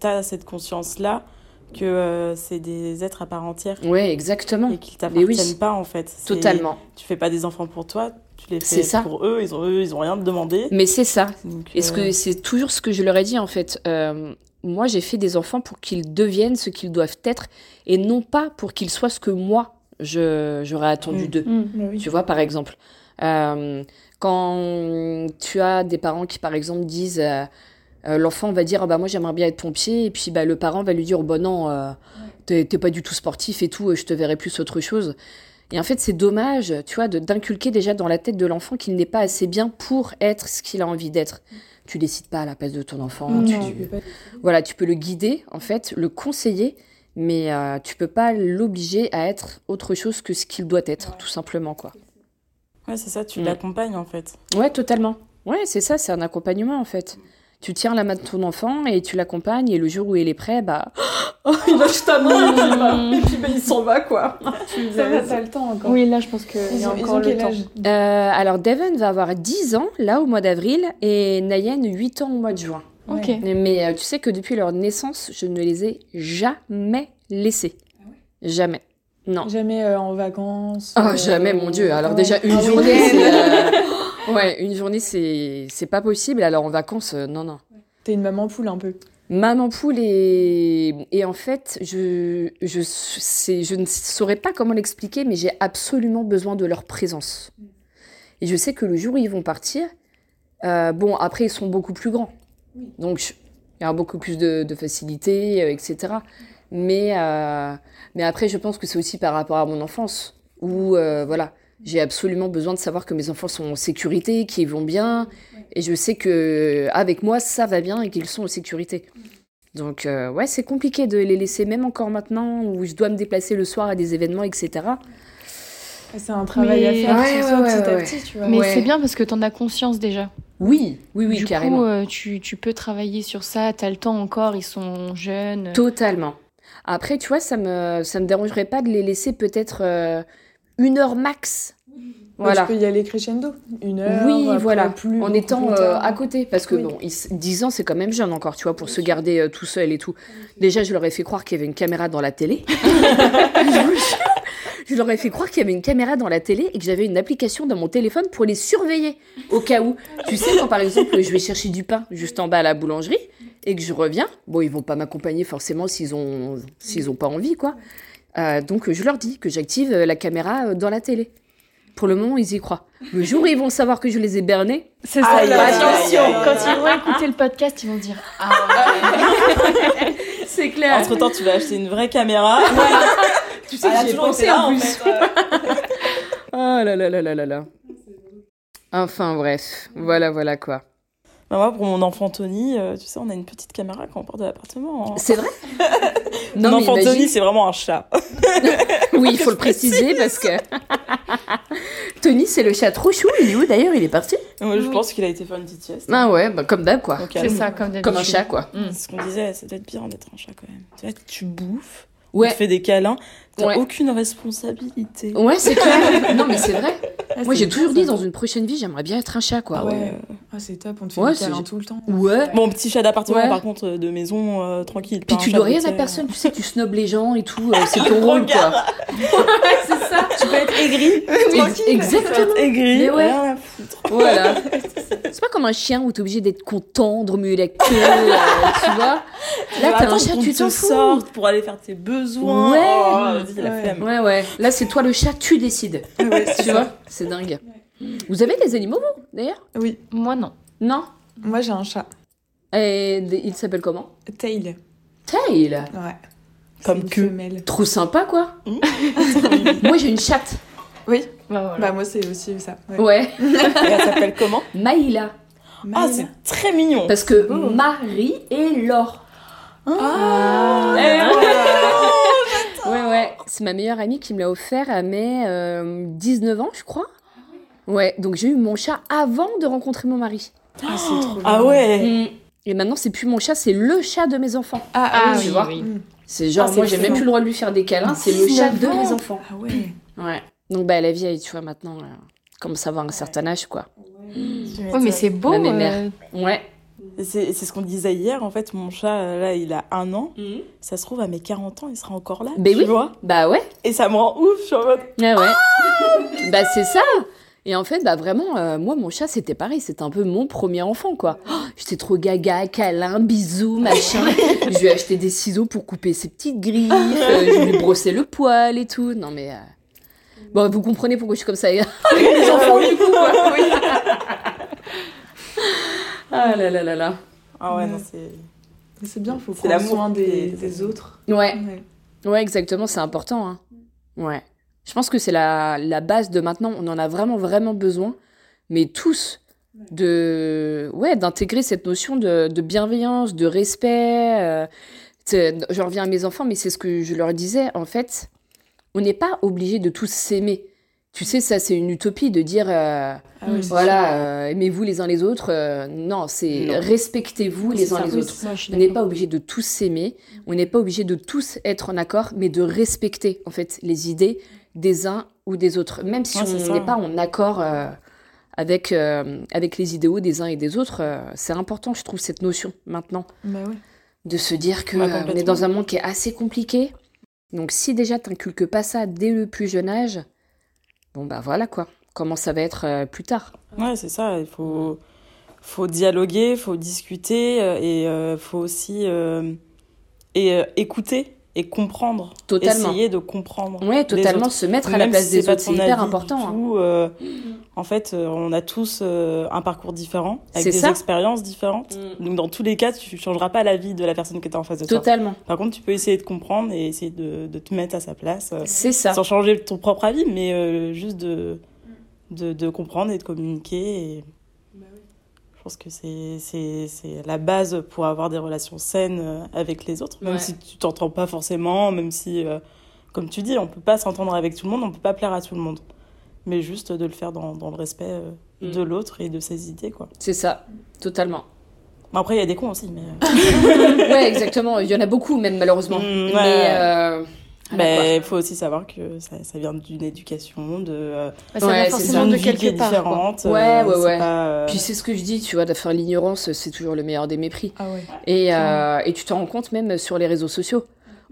[SPEAKER 1] tu as cette conscience-là que euh, c'est des êtres à part entière
[SPEAKER 3] Ouais, exactement.
[SPEAKER 1] et qu'ils t'appartiennent
[SPEAKER 3] Mais oui.
[SPEAKER 1] pas, en fait. C'est-
[SPEAKER 3] Totalement.
[SPEAKER 1] Tu fais pas des enfants pour toi, tu les
[SPEAKER 3] C'est
[SPEAKER 1] fais
[SPEAKER 3] ça.
[SPEAKER 1] pour eux, ils ont, eux, ils ont rien demandé.
[SPEAKER 3] Mais c'est ça.
[SPEAKER 1] Donc,
[SPEAKER 3] Est-ce
[SPEAKER 1] euh,
[SPEAKER 3] que c'est toujours ce que je leur ai dit en fait Euh, Moi, j'ai fait des enfants pour qu'ils deviennent ce qu'ils doivent être et non pas pour qu'ils soient ce que moi je- j'aurais attendu
[SPEAKER 1] Mm.
[SPEAKER 3] d'eux.
[SPEAKER 4] Hmm.
[SPEAKER 2] Mais oui.
[SPEAKER 3] Tu vois, par exemple, euh, quand tu as des parents qui, par exemple, disent euh, euh, l'enfant va dire Ah bah moi j'aimerais bien être pompier et puis bah le parent va lui dire bah non euh, t'es t'es pas du tout sportif et tout euh, je te verrai plus autre chose et en fait c'est dommage tu vois de- d'inculquer déjà dans la tête de l'enfant qu'il n'est pas assez bien pour être ce qu'il a envie d'être tu décides pas à la place de ton enfant
[SPEAKER 4] Non.
[SPEAKER 3] tu-
[SPEAKER 2] Non, je peux pas-
[SPEAKER 3] voilà, tu peux le guider, en fait, le conseiller, mais euh, tu peux pas l'obliger à être autre chose que ce qu'il doit être, tout simplement, quoi.
[SPEAKER 1] Ouais, c'est ça, tu
[SPEAKER 3] Mm.
[SPEAKER 1] l'accompagnes, en fait.
[SPEAKER 3] Ouais, totalement. Ouais, c'est ça, c'est un accompagnement, en fait. Tu tiens la main de ton enfant et tu l'accompagnes, et le jour où il est prêt, bah... Oh, il lâche ta
[SPEAKER 4] Hmm.
[SPEAKER 3] main Et puis, ben, il s'en va, quoi
[SPEAKER 2] Tu ça va, t'as le temps encore.
[SPEAKER 4] Oui, là, je pense qu'il
[SPEAKER 2] Ils
[SPEAKER 4] y a
[SPEAKER 2] ont, ils
[SPEAKER 4] encore
[SPEAKER 2] ont
[SPEAKER 4] le
[SPEAKER 2] quel
[SPEAKER 4] temps.
[SPEAKER 2] âge
[SPEAKER 3] Euh, Alors, Devon va avoir 10 ans, là, au mois d'avril, et Nayen, 8 ans au mois de juin.
[SPEAKER 4] Ok.
[SPEAKER 2] Ouais.
[SPEAKER 3] Mais euh, tu sais que depuis leur naissance, je ne les ai jamais laissés. Jamais. Non.
[SPEAKER 2] Jamais euh, en vacances.
[SPEAKER 3] Ah,
[SPEAKER 2] euh,
[SPEAKER 3] jamais, mon Dieu. Alors,
[SPEAKER 2] ouais.
[SPEAKER 3] déjà, une
[SPEAKER 2] Ah oui.
[SPEAKER 3] journée. c'est, euh, Ouais, une journée, c'est c'est pas possible. Alors, en vacances, euh, non, non.
[SPEAKER 2] T'es une maman poule un peu.
[SPEAKER 3] Maman poule et, et en fait, je, je, c'est- je ne saurais pas comment l'expliquer, mais j'ai absolument besoin de leur présence. Et je sais que le jour où ils vont partir, euh, bon, après, ils sont beaucoup plus grands.
[SPEAKER 2] Oui.
[SPEAKER 3] Donc, je- il y aura beaucoup plus de, de facilité, euh, etc. Mais, euh, mais après, je pense que c'est aussi par rapport à mon enfance, où, euh, voilà, j'ai absolument besoin de savoir que mes enfants sont en sécurité, qu'ils vont bien, et je sais que avec moi, ça va bien et qu'ils sont en sécurité. Donc, euh, ouais, c'est compliqué de les laisser, même encore maintenant, où je dois me déplacer le soir à des événements, etc.
[SPEAKER 2] C'est un travail à
[SPEAKER 4] Mais-
[SPEAKER 2] faire
[SPEAKER 3] Ouais,
[SPEAKER 2] sur
[SPEAKER 3] ouais,
[SPEAKER 2] soi
[SPEAKER 3] ouais,
[SPEAKER 2] petit à
[SPEAKER 3] ouais.
[SPEAKER 2] petit, tu vois.
[SPEAKER 4] Mais
[SPEAKER 3] Ouais.
[SPEAKER 4] c'est bien parce que t'en as conscience déjà.
[SPEAKER 3] Oui, oui, oui,
[SPEAKER 4] du
[SPEAKER 3] carrément.
[SPEAKER 4] coup, euh, tu, tu peux travailler sur ça, t'as le temps encore, ils sont jeunes.
[SPEAKER 3] Totalement. Après, tu vois, ça me, ça me dérangerait pas de les laisser peut-être euh, une heure max.
[SPEAKER 2] Mais
[SPEAKER 3] Voilà.
[SPEAKER 2] Tu peux y aller crescendo. Une heure.
[SPEAKER 3] oui,
[SPEAKER 2] après,
[SPEAKER 3] voilà,
[SPEAKER 2] Plus,
[SPEAKER 3] en
[SPEAKER 2] beaucoup
[SPEAKER 3] étant
[SPEAKER 2] plus
[SPEAKER 3] euh,
[SPEAKER 2] tard.
[SPEAKER 3] à côté. Parce que
[SPEAKER 2] Oui.
[SPEAKER 3] bon, ils- 10 ans, c'est quand même jeune encore, tu vois, pour se garder euh, tout seul et tout. Déjà, je leur ai fait croire qu'il y avait une caméra dans la télé. Je vous jure. je leur ai fait croire qu'il y avait une caméra dans la télé et que j'avais une application dans mon téléphone pour les surveiller, au cas où. Tu sais, quand par exemple, je vais chercher du pain juste en bas à la boulangerie et que je reviens, bon, ils vont pas m'accompagner forcément s'ils ont, s'ils ont pas envie, quoi. Euh, donc, je leur dis que j'active euh, la caméra euh, dans la télé. Pour le moment, ils y croient. Le jour où ils vont savoir que je les ai bernés,
[SPEAKER 4] C'est
[SPEAKER 1] ça, Aïe,
[SPEAKER 2] là, aïe, attention. aïe, aïe,
[SPEAKER 4] Quand ils vont écouter le podcast, ils vont dire Ah,
[SPEAKER 3] C'est clair.
[SPEAKER 1] Entre temps, tu vas acheter une vraie caméra. Ah, tu sais,
[SPEAKER 3] que j'y ai pensé, en plus.
[SPEAKER 1] fait.
[SPEAKER 3] Oh là là là là là là. Enfin bref, voilà voilà quoi.
[SPEAKER 1] Bah, moi, pour mon enfant Tony, euh, tu sais, on a une petite caméra qu'on porte de l'appartement. hein.
[SPEAKER 3] C'est vrai
[SPEAKER 1] Mon enfant
[SPEAKER 3] imagine-
[SPEAKER 1] Tony, c'est vraiment un chat.
[SPEAKER 3] Oui, il faut le préciser parce que Tony c'est le chat trop chou. Il est où d'ailleurs Il est parti
[SPEAKER 1] Moi, je
[SPEAKER 4] Oui.
[SPEAKER 1] pense qu'il a été faire une petite sieste. euh,
[SPEAKER 3] Ah ouais, bah, comme d'hab quoi.
[SPEAKER 1] Au calme.
[SPEAKER 4] c'est ça comme d'habitude.
[SPEAKER 3] Comme un chat quoi.
[SPEAKER 1] C'est ce qu'on disait, ça doit être bien d'être un chat quand même. Tu, vois, tu bouffes, Ouais.
[SPEAKER 3] Ouais.
[SPEAKER 1] te fait des câlins. T'as
[SPEAKER 3] Ouais. Oh,
[SPEAKER 1] aucune responsabilité.
[SPEAKER 3] Ouais, c'est clair. non, mais c'est vrai.
[SPEAKER 2] Ah,
[SPEAKER 3] Moi,
[SPEAKER 2] c'est
[SPEAKER 3] j'ai
[SPEAKER 2] bien,
[SPEAKER 3] toujours
[SPEAKER 2] ça.
[SPEAKER 3] dit dans une hein. prochaine vie, j'aimerais bien être un chat, quoi.
[SPEAKER 2] Ah ouais. Ah, c'est top, on te fait
[SPEAKER 3] Ouais,
[SPEAKER 2] des câlins
[SPEAKER 3] c'est-
[SPEAKER 2] tout le temps.
[SPEAKER 3] Ouais.
[SPEAKER 1] Bon, petit chat d'appartement,
[SPEAKER 3] Ouais.
[SPEAKER 1] par contre, euh, de maison, euh, tranquille. pas
[SPEAKER 3] Puis
[SPEAKER 1] un
[SPEAKER 3] tu
[SPEAKER 1] chat
[SPEAKER 3] dois
[SPEAKER 1] de
[SPEAKER 3] rien à
[SPEAKER 1] terre.
[SPEAKER 3] personne, tu sais, tu snobes les gens et tout, euh, c'est ton rôle, quoi.
[SPEAKER 1] Regarde,
[SPEAKER 3] Ouais, c'est ça.
[SPEAKER 1] tu peux être aigri.
[SPEAKER 3] Ex- Exactement.
[SPEAKER 1] aigri.
[SPEAKER 3] Mais ouais.
[SPEAKER 1] rien à
[SPEAKER 3] Voilà. C'est pas comme un chien où t'es obligé d'être content, de remuer la queue, euh, tu vois. Là,
[SPEAKER 1] Genre,
[SPEAKER 3] t'as un
[SPEAKER 1] attends
[SPEAKER 3] chat,
[SPEAKER 1] qu'on
[SPEAKER 3] tu
[SPEAKER 1] te
[SPEAKER 3] t'en fous.
[SPEAKER 1] sorte pour aller faire tes besoins.
[SPEAKER 3] Ouais.
[SPEAKER 1] Oh, vas-y, la
[SPEAKER 2] Ouais.
[SPEAKER 1] flemme.
[SPEAKER 3] Ouais, ouais. Là, c'est toi le chat, tu décides.
[SPEAKER 2] Ouais, c'est
[SPEAKER 3] Tu
[SPEAKER 2] ça.
[SPEAKER 3] vois C'est dingue. Vous avez des animaux, vous, d'ailleurs
[SPEAKER 2] Oui,
[SPEAKER 4] Moi, non.
[SPEAKER 3] Non
[SPEAKER 2] moi j'ai un chat.
[SPEAKER 3] Et des- il s'appelle comment
[SPEAKER 2] Tail.
[SPEAKER 3] Tail
[SPEAKER 2] Ouais.
[SPEAKER 1] Comme
[SPEAKER 2] C'est une
[SPEAKER 1] que.
[SPEAKER 2] Femelle.
[SPEAKER 3] Trop sympa, quoi. Moi, j'ai une chatte.
[SPEAKER 2] Oui,
[SPEAKER 4] Bah, voilà.
[SPEAKER 2] bah moi c'est aussi ça. Ouais.
[SPEAKER 3] Ouais.
[SPEAKER 1] Et elle s'appelle comment
[SPEAKER 3] Maïla.
[SPEAKER 1] Ah,
[SPEAKER 2] Mile.
[SPEAKER 1] c'est très mignon.
[SPEAKER 3] Parce que Marie et Laure.
[SPEAKER 2] Ah,
[SPEAKER 3] Eh Ouais, ouais. C'est ma meilleure amie qui me l'a offert à mes euh, 19 ans, je crois. Ouais, donc j'ai eu mon chat avant de rencontrer mon mari.
[SPEAKER 2] Ah, c'est trop
[SPEAKER 1] Ah
[SPEAKER 2] bien.
[SPEAKER 1] ouais.
[SPEAKER 3] Mm. Et maintenant, c'est plus mon chat, c'est le chat de mes enfants.
[SPEAKER 2] Ah,
[SPEAKER 4] Ah
[SPEAKER 3] oui,
[SPEAKER 4] oui,
[SPEAKER 3] tu vois.
[SPEAKER 4] oui.
[SPEAKER 2] Mm.
[SPEAKER 3] C'est hein. genre,
[SPEAKER 2] Ah, c'est
[SPEAKER 3] moi, j'ai même
[SPEAKER 2] excellent.
[SPEAKER 3] plus le droit de lui faire des câlins, c'est le chat de
[SPEAKER 1] 19 ans.
[SPEAKER 3] mes enfants.
[SPEAKER 2] Ah ouais.
[SPEAKER 3] Ouais. Donc, bah, elle est vieille, tu vois, maintenant, euh, comme ça va à un certain âge, quoi.
[SPEAKER 4] Ouais, mais c'est beau.
[SPEAKER 3] La même
[SPEAKER 4] euh,
[SPEAKER 3] mère. Ouais.
[SPEAKER 1] Et C'est c'est ce qu'on disait hier, en fait, mon chat, euh, là, il a un an. Ça se trouve, à mes 40 ans, il sera encore là,
[SPEAKER 3] Ben
[SPEAKER 1] tu
[SPEAKER 3] oui.
[SPEAKER 1] vois
[SPEAKER 3] Bah, ouais.
[SPEAKER 1] Et ça me rend ouf, je suis en mode...
[SPEAKER 3] Eh Ouais, ouais. bah, c'est ça. Et en fait, bah vraiment, euh, moi, mon chat, c'était pareil. C'était un peu mon premier enfant, quoi. Oh, J'étais trop gaga, câlin, bisous, machin. je lui ai acheté des ciseaux pour couper ses petites griffes. euh, je lui brossais le poil et tout. Non, mais... euh, Bon, vous comprenez pourquoi je suis comme ça. avec les enfants, du coup, quoi. ah là là là là.
[SPEAKER 1] Ah ouais,
[SPEAKER 2] Ouais.
[SPEAKER 1] non, c'est...
[SPEAKER 2] Mais C'est bien, faut
[SPEAKER 1] C'est
[SPEAKER 2] prendre
[SPEAKER 1] l'amour
[SPEAKER 2] soin des,
[SPEAKER 1] des-
[SPEAKER 2] des autres.
[SPEAKER 3] Ouais.
[SPEAKER 2] Ouais.
[SPEAKER 3] Ouais, exactement, c'est important. hein. Ouais. Je pense que c'est la, la base de maintenant. On en a vraiment, vraiment besoin. Mais tous, de ouais, d'intégrer cette notion de, de bienveillance, de respect. euh, c'est- Je reviens à mes enfants, mais c'est ce que je leur disais. En fait, on n'est pas obligé de tous s'aimer. Tu sais, ça, c'est une utopie de dire euh,
[SPEAKER 2] Ah
[SPEAKER 1] Hmm.
[SPEAKER 2] ouais, c'est
[SPEAKER 3] voilà, euh, aimez-vous les uns les autres. Euh, non, c'est
[SPEAKER 4] Non.
[SPEAKER 3] respectez-vous les
[SPEAKER 4] c'est
[SPEAKER 3] uns
[SPEAKER 4] ça,
[SPEAKER 3] les
[SPEAKER 4] oui,
[SPEAKER 3] autres.
[SPEAKER 4] c'est ça, je suis
[SPEAKER 3] On n'est
[SPEAKER 4] d'accord.
[SPEAKER 3] pas obligé de tous s'aimer, on n'est pas obligé de tous être en accord, mais de respecter en fait les idées des uns ou des autres. Même si
[SPEAKER 1] Ouais, c'est
[SPEAKER 3] on
[SPEAKER 1] ça.
[SPEAKER 3] n'est pas en accord euh, avec, euh, avec les idéaux des uns et des autres, euh, c'est important, je trouve, cette notion maintenant,
[SPEAKER 2] sûr. Bah ouais.
[SPEAKER 3] de se dire que
[SPEAKER 1] Ouais,
[SPEAKER 3] euh, on est
[SPEAKER 1] complètement.
[SPEAKER 3] dans un monde qui est assez compliqué. Donc si déjà t'inculques pas ça dès le plus jeune âge, bon bah voilà quoi, comment ça va être euh, plus tard.
[SPEAKER 1] Ouais, c'est ça, il faut... Faut dialoguer, faut discuter, euh, et euh, faut aussi euh, et, euh, écouter et comprendre.
[SPEAKER 3] Totalement.
[SPEAKER 1] Essayer de comprendre.
[SPEAKER 3] Ouais, totalement
[SPEAKER 1] autres.
[SPEAKER 3] se mettre à
[SPEAKER 1] Même
[SPEAKER 3] la place
[SPEAKER 1] si
[SPEAKER 3] des
[SPEAKER 1] pas
[SPEAKER 3] autres, c'est
[SPEAKER 1] ton
[SPEAKER 3] hyper
[SPEAKER 1] avis
[SPEAKER 3] important.
[SPEAKER 1] du
[SPEAKER 3] hein.
[SPEAKER 1] tout, euh, en fait, euh, on a tous euh, un parcours différent, avec
[SPEAKER 3] C'est
[SPEAKER 1] des
[SPEAKER 3] ça.
[SPEAKER 1] expériences différentes. Donc, dans tous les cas, tu changeras pas la vie de la personne que tu as en face de toi.
[SPEAKER 3] Totalement,
[SPEAKER 1] Par contre, tu peux essayer de comprendre et essayer de, de te mettre à sa place, euh,
[SPEAKER 3] c'est ça.
[SPEAKER 1] sans changer ton propre avis, mais euh, juste de,
[SPEAKER 3] Mm.
[SPEAKER 1] de, de comprendre et de communiquer. et-
[SPEAKER 3] Bah
[SPEAKER 1] Je pense que c'est- c'est c'est la base pour avoir des relations saines euh, avec les autres, même
[SPEAKER 3] Ouais.
[SPEAKER 1] si tu t'entends pas forcément, même si, euh, comme tu dis, on peut pas s'entendre avec tout le monde, on peut pas plaire à tout le monde. Mais juste de le faire dans, dans le respect euh,
[SPEAKER 3] Mm.
[SPEAKER 1] de l'autre et de ses idées, quoi.
[SPEAKER 3] C'est ça, totalement.
[SPEAKER 1] Bon, Après, il y a des cons aussi, mais...
[SPEAKER 3] Ah,
[SPEAKER 1] euh,
[SPEAKER 3] Ouais, exactement. Il y en a beaucoup, même malheureusement.
[SPEAKER 1] Mm, ouais.
[SPEAKER 3] Mais euh, voilà,
[SPEAKER 1] Mais il faut aussi savoir que ça, ça vient d'une éducation, de... euh,
[SPEAKER 4] Bah, ça
[SPEAKER 3] Ouais,
[SPEAKER 4] vient
[SPEAKER 3] c'est
[SPEAKER 4] forcément
[SPEAKER 1] d'une
[SPEAKER 4] de
[SPEAKER 1] vie qui est
[SPEAKER 4] quelque part. quoi.
[SPEAKER 1] différente.
[SPEAKER 3] Ouais, ouais,
[SPEAKER 1] c'est
[SPEAKER 3] ouais.
[SPEAKER 1] pas, euh,
[SPEAKER 3] quoi. Puis c'est ce que je dis, tu vois, de faire l'ignorance, c'est toujours le meilleur des mépris.
[SPEAKER 2] Ah ouais.
[SPEAKER 3] Et, euh, et tu t'en rends compte même sur les réseaux sociaux.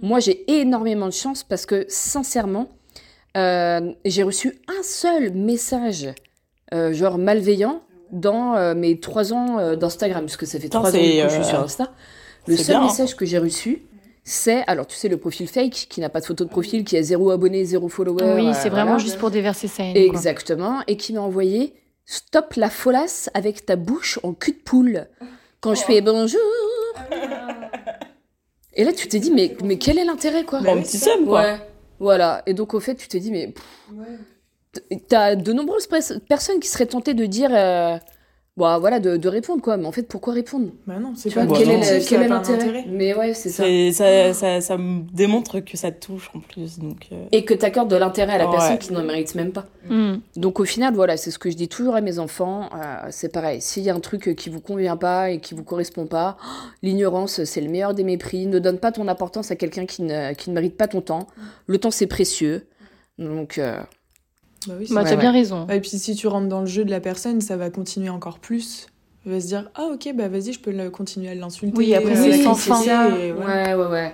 [SPEAKER 3] Moi, j'ai énormément de chance parce que, sincèrement, euh, j'ai reçu un seul message, euh, genre malveillant, dans euh, mes trois ans euh, d'Instagram, parce que ça fait
[SPEAKER 1] Putain,
[SPEAKER 3] trois ans
[SPEAKER 1] c'est,
[SPEAKER 3] du coup, que je suis
[SPEAKER 1] euh,
[SPEAKER 3] sur Insta. Le
[SPEAKER 1] c'est
[SPEAKER 3] seul
[SPEAKER 1] bien, hein.
[SPEAKER 3] message que j'ai reçu, c'est, alors tu sais, le profil fake, qui n'a pas de photo de profil, qui a zéro abonné, zéro follower.
[SPEAKER 4] Oui,
[SPEAKER 3] euh,
[SPEAKER 4] c'est
[SPEAKER 3] voilà.
[SPEAKER 4] vraiment juste pour déverser sa haine. quoi.
[SPEAKER 3] Exactement, et qui m'a envoyé Stop la folasse avec ta bouche en cul de poule. Quand
[SPEAKER 2] Oh.
[SPEAKER 3] je fais bonjour.
[SPEAKER 2] Ah.
[SPEAKER 3] Et là, tu t'es dit, mais, mais quel est l'intérêt, quoi
[SPEAKER 1] Bah bon, petit seum, quoi.
[SPEAKER 3] Ah Ouais, voilà. Et donc, au fait, tu t'es dit, mais. pff, T'as de nombreuses pres- personnes qui seraient tentées de dire. euh, bah, voilà, de, de répondre quoi. Mais en fait, pourquoi répondre
[SPEAKER 2] Bah non, c'est
[SPEAKER 3] Tu
[SPEAKER 2] pas
[SPEAKER 3] vois,
[SPEAKER 1] Bah,
[SPEAKER 3] quel
[SPEAKER 1] non.
[SPEAKER 3] est le-
[SPEAKER 2] objectif,
[SPEAKER 3] quel
[SPEAKER 2] ça
[SPEAKER 3] est
[SPEAKER 2] a pas
[SPEAKER 3] l'intérêt
[SPEAKER 2] d'intérêt.
[SPEAKER 3] Mais ouais, Mm. c'est ça.
[SPEAKER 1] C'est- Ça, ça, ça me démontre que ça te touche en plus. Donc, euh,
[SPEAKER 3] Et que t'accordes de l'intérêt à la
[SPEAKER 1] Ouais.
[SPEAKER 3] personne qui n'en mérite même pas.
[SPEAKER 4] Mm.
[SPEAKER 3] Donc au final, voilà, c'est ce que je dis toujours à mes enfants. euh, c'est pareil, s'il y a un truc qui vous convient pas et qui vous correspond pas, oh, l'ignorance, c'est le meilleur des mépris. Ne donne pas ton importance à quelqu'un qui ne, qui ne mérite pas ton temps. Le temps, c'est précieux. Donc, euh,
[SPEAKER 2] Bah oui,
[SPEAKER 4] Bah,
[SPEAKER 3] Ouais,
[SPEAKER 4] t'as
[SPEAKER 3] ouais.
[SPEAKER 4] bien raison.
[SPEAKER 2] Ouais, Et puis si tu rentres dans le jeu de la personne, ça va continuer encore plus. Elle va se dire ah ok bah vas-y je peux le- continuer à l'insulter.
[SPEAKER 4] Oui, après,
[SPEAKER 2] euh,
[SPEAKER 4] c'est
[SPEAKER 2] la
[SPEAKER 4] les
[SPEAKER 2] critiquer,
[SPEAKER 4] enfants.
[SPEAKER 2] et voilà.
[SPEAKER 3] ouais, ouais, ouais.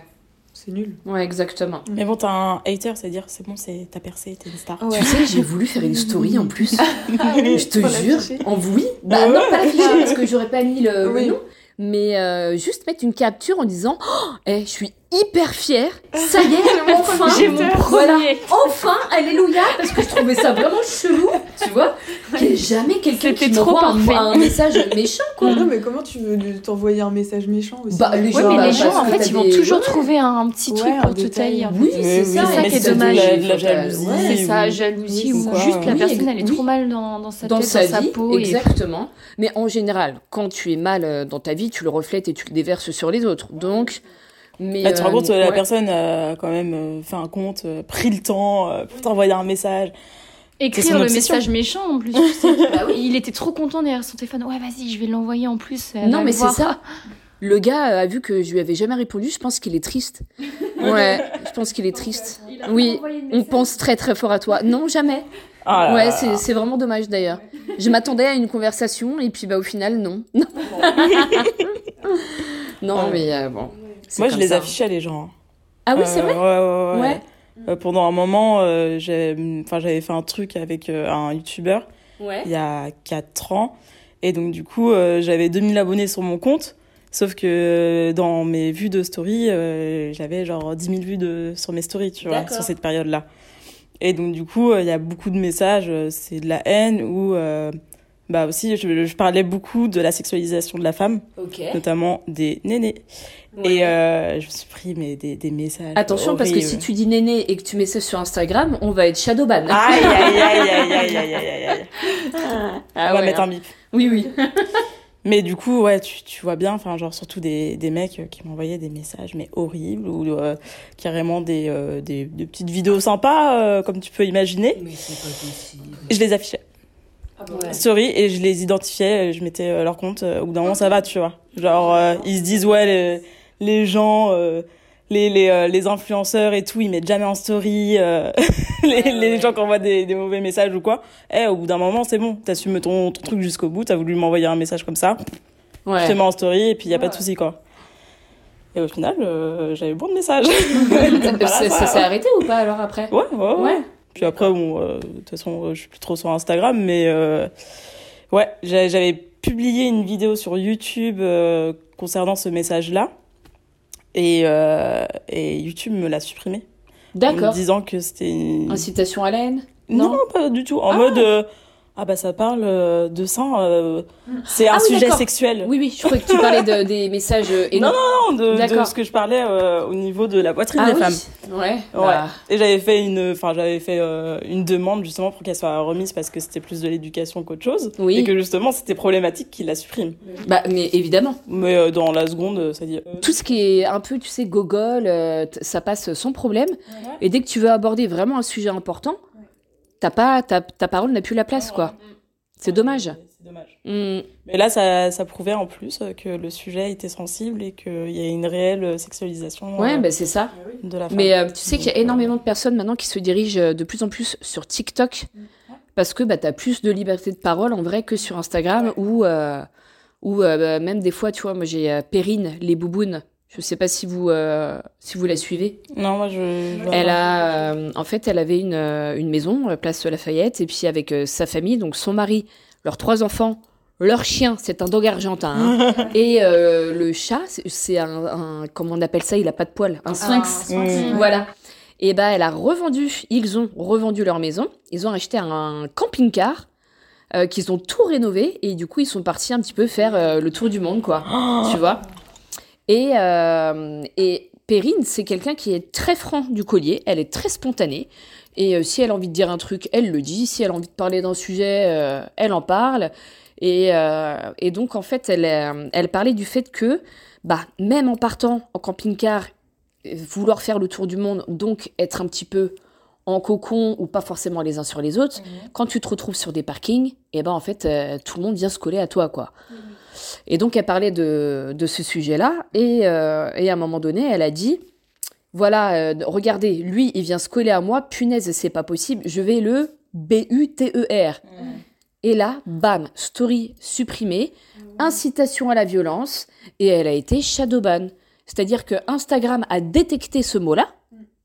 [SPEAKER 2] C'est nul.
[SPEAKER 3] Ouais, exactement.
[SPEAKER 1] Mais bon, t'as un hater, c'est-à-dire c'est bon, c'est t'as percé, t'es une star.
[SPEAKER 3] Tu sais, j'ai voulu faire une story en plus. ah je te
[SPEAKER 2] Faut
[SPEAKER 3] jure,
[SPEAKER 2] l'afficher.
[SPEAKER 3] en oui.
[SPEAKER 1] Ouais.
[SPEAKER 3] Bah non, pas l'afficher parce que j'aurais pas mis le, le
[SPEAKER 2] Oui.
[SPEAKER 3] nom. Mais euh, juste mettre une capture en disant oh, eh, je suis hyper fière, ça y est, enfin
[SPEAKER 4] J'ai mon
[SPEAKER 3] Voilà.
[SPEAKER 4] premier.
[SPEAKER 3] Enfin, alléluia, parce que je trouvais ça vraiment chelou, tu vois. Qu'il n'y ait jamais quelqu'un qui
[SPEAKER 4] C'était trop
[SPEAKER 3] m'envoie un,
[SPEAKER 4] parfait. Mm.
[SPEAKER 3] un message méchant, quoi.
[SPEAKER 2] Non mais comment tu veux lui- t'envoyer un message méchant aussi
[SPEAKER 3] Bah, les
[SPEAKER 4] Ouais,
[SPEAKER 3] Genre,
[SPEAKER 4] mais les
[SPEAKER 3] parce
[SPEAKER 4] gens, en
[SPEAKER 3] que t'as
[SPEAKER 4] fait, ils vont
[SPEAKER 3] des-
[SPEAKER 4] toujours
[SPEAKER 3] ouais.
[SPEAKER 4] trouver un, un petit
[SPEAKER 2] Ouais,
[SPEAKER 4] truc
[SPEAKER 2] un
[SPEAKER 4] pour te
[SPEAKER 2] détail.
[SPEAKER 4] tailler. en
[SPEAKER 3] Oui, c'est
[SPEAKER 4] fait.
[SPEAKER 1] Mais
[SPEAKER 3] ça,
[SPEAKER 1] oui,
[SPEAKER 4] ça
[SPEAKER 1] mais
[SPEAKER 4] qui est
[SPEAKER 1] c'est de
[SPEAKER 4] dommage.
[SPEAKER 1] la- de la
[SPEAKER 3] Faut pas-
[SPEAKER 1] jalousie.
[SPEAKER 3] ouais.
[SPEAKER 4] C'est
[SPEAKER 1] Oui,
[SPEAKER 4] ça,
[SPEAKER 1] oui.
[SPEAKER 4] jalousie
[SPEAKER 1] Oui,
[SPEAKER 4] ou
[SPEAKER 1] c'est ça.
[SPEAKER 4] juste la
[SPEAKER 1] Oui,
[SPEAKER 4] personne, elle est
[SPEAKER 3] oui.
[SPEAKER 4] trop mal dans, dans sa
[SPEAKER 3] dans
[SPEAKER 4] tête,
[SPEAKER 3] sa
[SPEAKER 4] dans
[SPEAKER 3] vie,
[SPEAKER 4] sa peau. et-
[SPEAKER 3] exactement. Mais en général, quand tu es mal euh, dans ta vie, tu le reflètes et tu le déverses sur les autres. Donc, mais
[SPEAKER 4] Ah,
[SPEAKER 1] Bah, tu te rends compte,
[SPEAKER 3] euh,
[SPEAKER 1] la
[SPEAKER 3] ouais.
[SPEAKER 1] personne a quand même euh, fait un compte, euh, pris le temps euh, pour t'envoyer un message. C'est
[SPEAKER 4] Écrire
[SPEAKER 1] son
[SPEAKER 4] le
[SPEAKER 1] obsession.
[SPEAKER 4] message méchant en plus. tu
[SPEAKER 3] Bah
[SPEAKER 4] sais. Bah Il était trop content derrière son téléphone. Ouais, vas-y, je vais l'envoyer en plus. elle va
[SPEAKER 3] Non,
[SPEAKER 4] le
[SPEAKER 3] mais c'est
[SPEAKER 4] voir.
[SPEAKER 3] ça. Le gars euh, a vu que je lui avais jamais répondu, je pense qu'il est triste. Ouais, je pense qu'il est triste. Oui, on pense très très fort à toi. Non, jamais.
[SPEAKER 1] Ah là
[SPEAKER 3] Ouais,
[SPEAKER 1] là.
[SPEAKER 3] c'est c'est vraiment dommage d'ailleurs. Je m'attendais à une conversation et puis bah au final non. non
[SPEAKER 1] Ouais.
[SPEAKER 3] mais euh, bon. c'est
[SPEAKER 1] Oh. Moi, je
[SPEAKER 3] comme
[SPEAKER 1] les
[SPEAKER 3] ça.
[SPEAKER 1] affichais, les gens.
[SPEAKER 3] Ah oui, c'est
[SPEAKER 1] Euh,
[SPEAKER 3] vrai.
[SPEAKER 1] Ouais, ouais, ouais.
[SPEAKER 3] Ouais.
[SPEAKER 1] Euh, pendant un moment, euh, j'ai- enfin, j'avais fait un truc avec euh, un youtubeur
[SPEAKER 3] Ouais.
[SPEAKER 1] il y a 4 ans. Et donc, du coup, euh, j'avais 2000 abonnés sur mon compte. Sauf que euh, dans mes vues de story, euh, j'avais genre 10 000 vues de, sur mes stories, tu vois,
[SPEAKER 3] D'accord.
[SPEAKER 1] sur cette période-là. Et donc, du coup, euh, il y a beaucoup de messages, euh, c'est de la haine ou. euh, bah aussi, je, je parlais beaucoup de la sexualisation de la femme,
[SPEAKER 3] OK.
[SPEAKER 1] notamment des nénés. Et euh, je me suis pris mais, des, des messages.
[SPEAKER 3] Attention parce que si
[SPEAKER 1] horribles.
[SPEAKER 3] tu dis néné et que tu mets ça sur Instagram, on va être shadowban.
[SPEAKER 1] Aïe, aïe, aïe, aïe, aïe, aïe, aïe, aïe, aïe.
[SPEAKER 3] Ah
[SPEAKER 1] On va
[SPEAKER 3] ouais,
[SPEAKER 1] mettre
[SPEAKER 3] hein.
[SPEAKER 1] un bip.
[SPEAKER 3] Oui oui.
[SPEAKER 1] Mais du coup, ouais, tu, tu vois bien, enfin, genre, surtout des, des mecs euh, qui m'envoyaient des messages, mais horribles, ou euh, carrément des, euh, des, des petites vidéos sympas, euh, comme tu peux imaginer.
[SPEAKER 3] Mais c'est pas possible.
[SPEAKER 1] Je les affichais, story, et je les identifiais, euh, je mettais euh, leur compte. euh, Au bout d'un moment, ça va, tu vois. Genre, euh, ils se disent, ouais, les, les gens, euh, les, les, euh, les influenceurs et tout, ils mettent jamais en story euh, les, les gens qui envoient des, des mauvais messages ou quoi. Eh, au bout d'un moment, c'est bon, t'assumes ton, ton truc jusqu'au bout, t'as voulu m'envoyer un message comme ça je te
[SPEAKER 3] Ouais.
[SPEAKER 1] mets en story et puis il a pas de souci quoi. Et au final, euh, j'avais bon de messages.
[SPEAKER 3] Ça- ça ça s'est arrêté ou pas alors après
[SPEAKER 1] Ouais, ouais, ouais.
[SPEAKER 3] Ouais.
[SPEAKER 1] Puis après, bon, euh, de toute façon, euh, je suis plus trop sur Instagram, mais euh, ouais, j'a- j'avais publié une vidéo sur YouTube euh, concernant ce message-là. Et, euh, et YouTube me l'a supprimé. En me
[SPEAKER 3] D'accord. Ah,
[SPEAKER 1] disant que c'était une...
[SPEAKER 3] Incitation à la haine
[SPEAKER 1] non,
[SPEAKER 3] non.
[SPEAKER 1] pas du tout. En mode, euh, ah bah ça parle euh, de ça, euh, c'est un
[SPEAKER 3] Ah oui,
[SPEAKER 1] sujet
[SPEAKER 3] d'accord.
[SPEAKER 1] sexuel.
[SPEAKER 3] Oui, oui, je croyais que tu parlais de- des messages euh, et
[SPEAKER 1] Non, Non, de, de
[SPEAKER 3] D'accord.
[SPEAKER 1] ce que je parlais euh, au niveau de la poitrine
[SPEAKER 3] ah,
[SPEAKER 1] des
[SPEAKER 3] oui.
[SPEAKER 1] femmes.
[SPEAKER 3] Ouais.
[SPEAKER 1] Ouais.
[SPEAKER 3] bah,
[SPEAKER 1] Et j'avais fait une, enfin j'avais fait euh, une demande justement pour qu'elle soit remise parce que c'était plus de l'éducation qu'autre chose
[SPEAKER 3] Oui.
[SPEAKER 1] et que justement c'était problématique qu'il la supprime.
[SPEAKER 3] bah, mais évidemment.
[SPEAKER 1] Mais euh, dans la seconde, ça dit. euh,
[SPEAKER 3] Tout ce qui est un peu, tu sais, gogol, euh, t- ça passe sans problème. Et dès que tu veux aborder vraiment un sujet important, t'as pas, ta, ta parole n'a plus la place, quoi. C'est dommage.
[SPEAKER 1] C'est dommage.
[SPEAKER 3] Hmm.
[SPEAKER 1] Mais là, ça, ça prouvait en plus euh, que le sujet était sensible et qu'il y a une réelle euh, sexualisation
[SPEAKER 3] Ouais,
[SPEAKER 1] euh,
[SPEAKER 3] bah, c'est ça.
[SPEAKER 1] de la femme.
[SPEAKER 3] Mais euh, tu sais qu'il y a
[SPEAKER 1] Donc, euh,
[SPEAKER 3] énormément de personnes maintenant qui se dirigent euh, de plus en plus sur TikTok parce que bah, tu as plus de liberté de parole en vrai que sur Instagram ou euh, ou, euh, bah, même des fois, tu vois, moi j'ai euh, Perrine, les boubounes. Je sais pas si vous, euh, si vous la suivez.
[SPEAKER 1] Non, moi je. je vois
[SPEAKER 3] Elle
[SPEAKER 1] pas.
[SPEAKER 3] a, euh, en fait, elle avait une, euh, une maison, euh, place Lafayette, et puis avec euh, sa famille, donc son mari, leurs trois enfants, leur chien, c'est un dog argentin, hein, et euh, le chat, c'est- c'est un, un- comment on appelle ça, il a pas de poils, un
[SPEAKER 4] Ah,
[SPEAKER 3] sphinx.
[SPEAKER 1] Mm.
[SPEAKER 3] Voilà. Et bah, elle a revendu, ils ont revendu leur maison, ils ont acheté un camping-car, euh, qu'ils ont tout rénové, et du coup, ils sont partis un petit peu faire euh, le tour du monde, quoi. Tu vois et, euh, et Perrine, c'est quelqu'un qui est très franc du collier, elle est très spontanée, et euh, si elle a envie de dire un truc, elle le dit, si elle a envie de parler d'un sujet, euh, elle en parle. Et, euh, et donc, en fait, elle, euh, elle parlait du fait que, bah, même en partant en camping-car, euh, vouloir faire le tour du monde, donc être un petit peu en cocon ou pas forcément les uns sur les autres, quand tu te retrouves sur des parkings, et ben en fait, euh, tout le monde vient se coller à toi, quoi. Et donc, elle parlait de, de ce sujet-là, et, euh, et à un moment donné, elle a dit voilà, euh, regardez, lui, il vient se coller à moi, punaise, c'est pas possible, je vais le B-U-T-E-R. Et là, bam, story supprimée, incitation à la violence, et elle a été shadowban. C'est-à-dire que Instagram a détecté ce mot-là,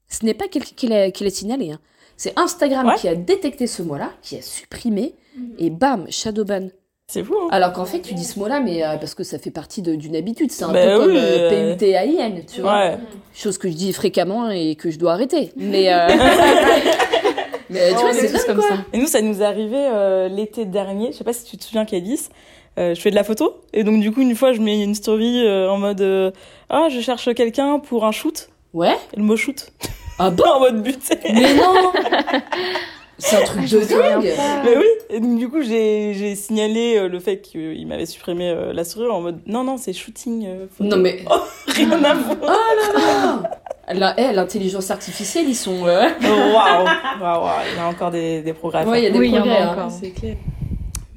[SPEAKER 3] ce n'est pas quelqu'un qui l'a qui l'a signalé. hein. C'est Instagram
[SPEAKER 1] Ouais.
[SPEAKER 3] qui a détecté ce mot-là, qui a supprimé, et bam, shadowban.
[SPEAKER 1] C'est fou, hein
[SPEAKER 3] Alors qu'en fait, tu dis ce mot-là, mais euh, parce que ça fait partie de- d'une habitude. C'est un
[SPEAKER 1] Bah
[SPEAKER 3] peu comme
[SPEAKER 1] oui,
[SPEAKER 3] euh,
[SPEAKER 1] euh,
[SPEAKER 3] P-U-T-A-I-N, tu vois
[SPEAKER 1] Ouais.
[SPEAKER 3] chose que je dis fréquemment et que je dois arrêter. Mais, euh, Oh, mais euh, tu
[SPEAKER 4] On
[SPEAKER 3] vois,
[SPEAKER 4] est
[SPEAKER 3] c'est
[SPEAKER 4] tous
[SPEAKER 3] dingue, quoi.
[SPEAKER 1] Et nous, ça nous est arrivé euh, l'été dernier. Je sais pas si tu te souviens, Cadis. Euh, je fais de la photo et donc du coup une fois je mets une story euh, en mode euh, ah je cherche quelqu'un pour un shoot
[SPEAKER 3] Ouais.
[SPEAKER 1] et le mot shoot
[SPEAKER 3] Ah bon
[SPEAKER 1] en mode buté
[SPEAKER 3] Mais non. C'est un
[SPEAKER 4] Ah,
[SPEAKER 3] truc de dingue.
[SPEAKER 1] mais oui et donc du coup j'ai j'ai signalé euh, le fait qu'il m'avait supprimé euh, la story en mode non non c'est shooting euh, photo.
[SPEAKER 3] Non mais
[SPEAKER 1] rien à voir
[SPEAKER 3] la, eh, l'intelligence artificielle, ils sont. euh,
[SPEAKER 1] waouh Waouh, waouh, il y a encore des des progrès à faire.
[SPEAKER 3] Ouais, il y a des
[SPEAKER 4] Ah, Oui, il y en a
[SPEAKER 3] progrès. hein.
[SPEAKER 4] encore.
[SPEAKER 2] C'est clair.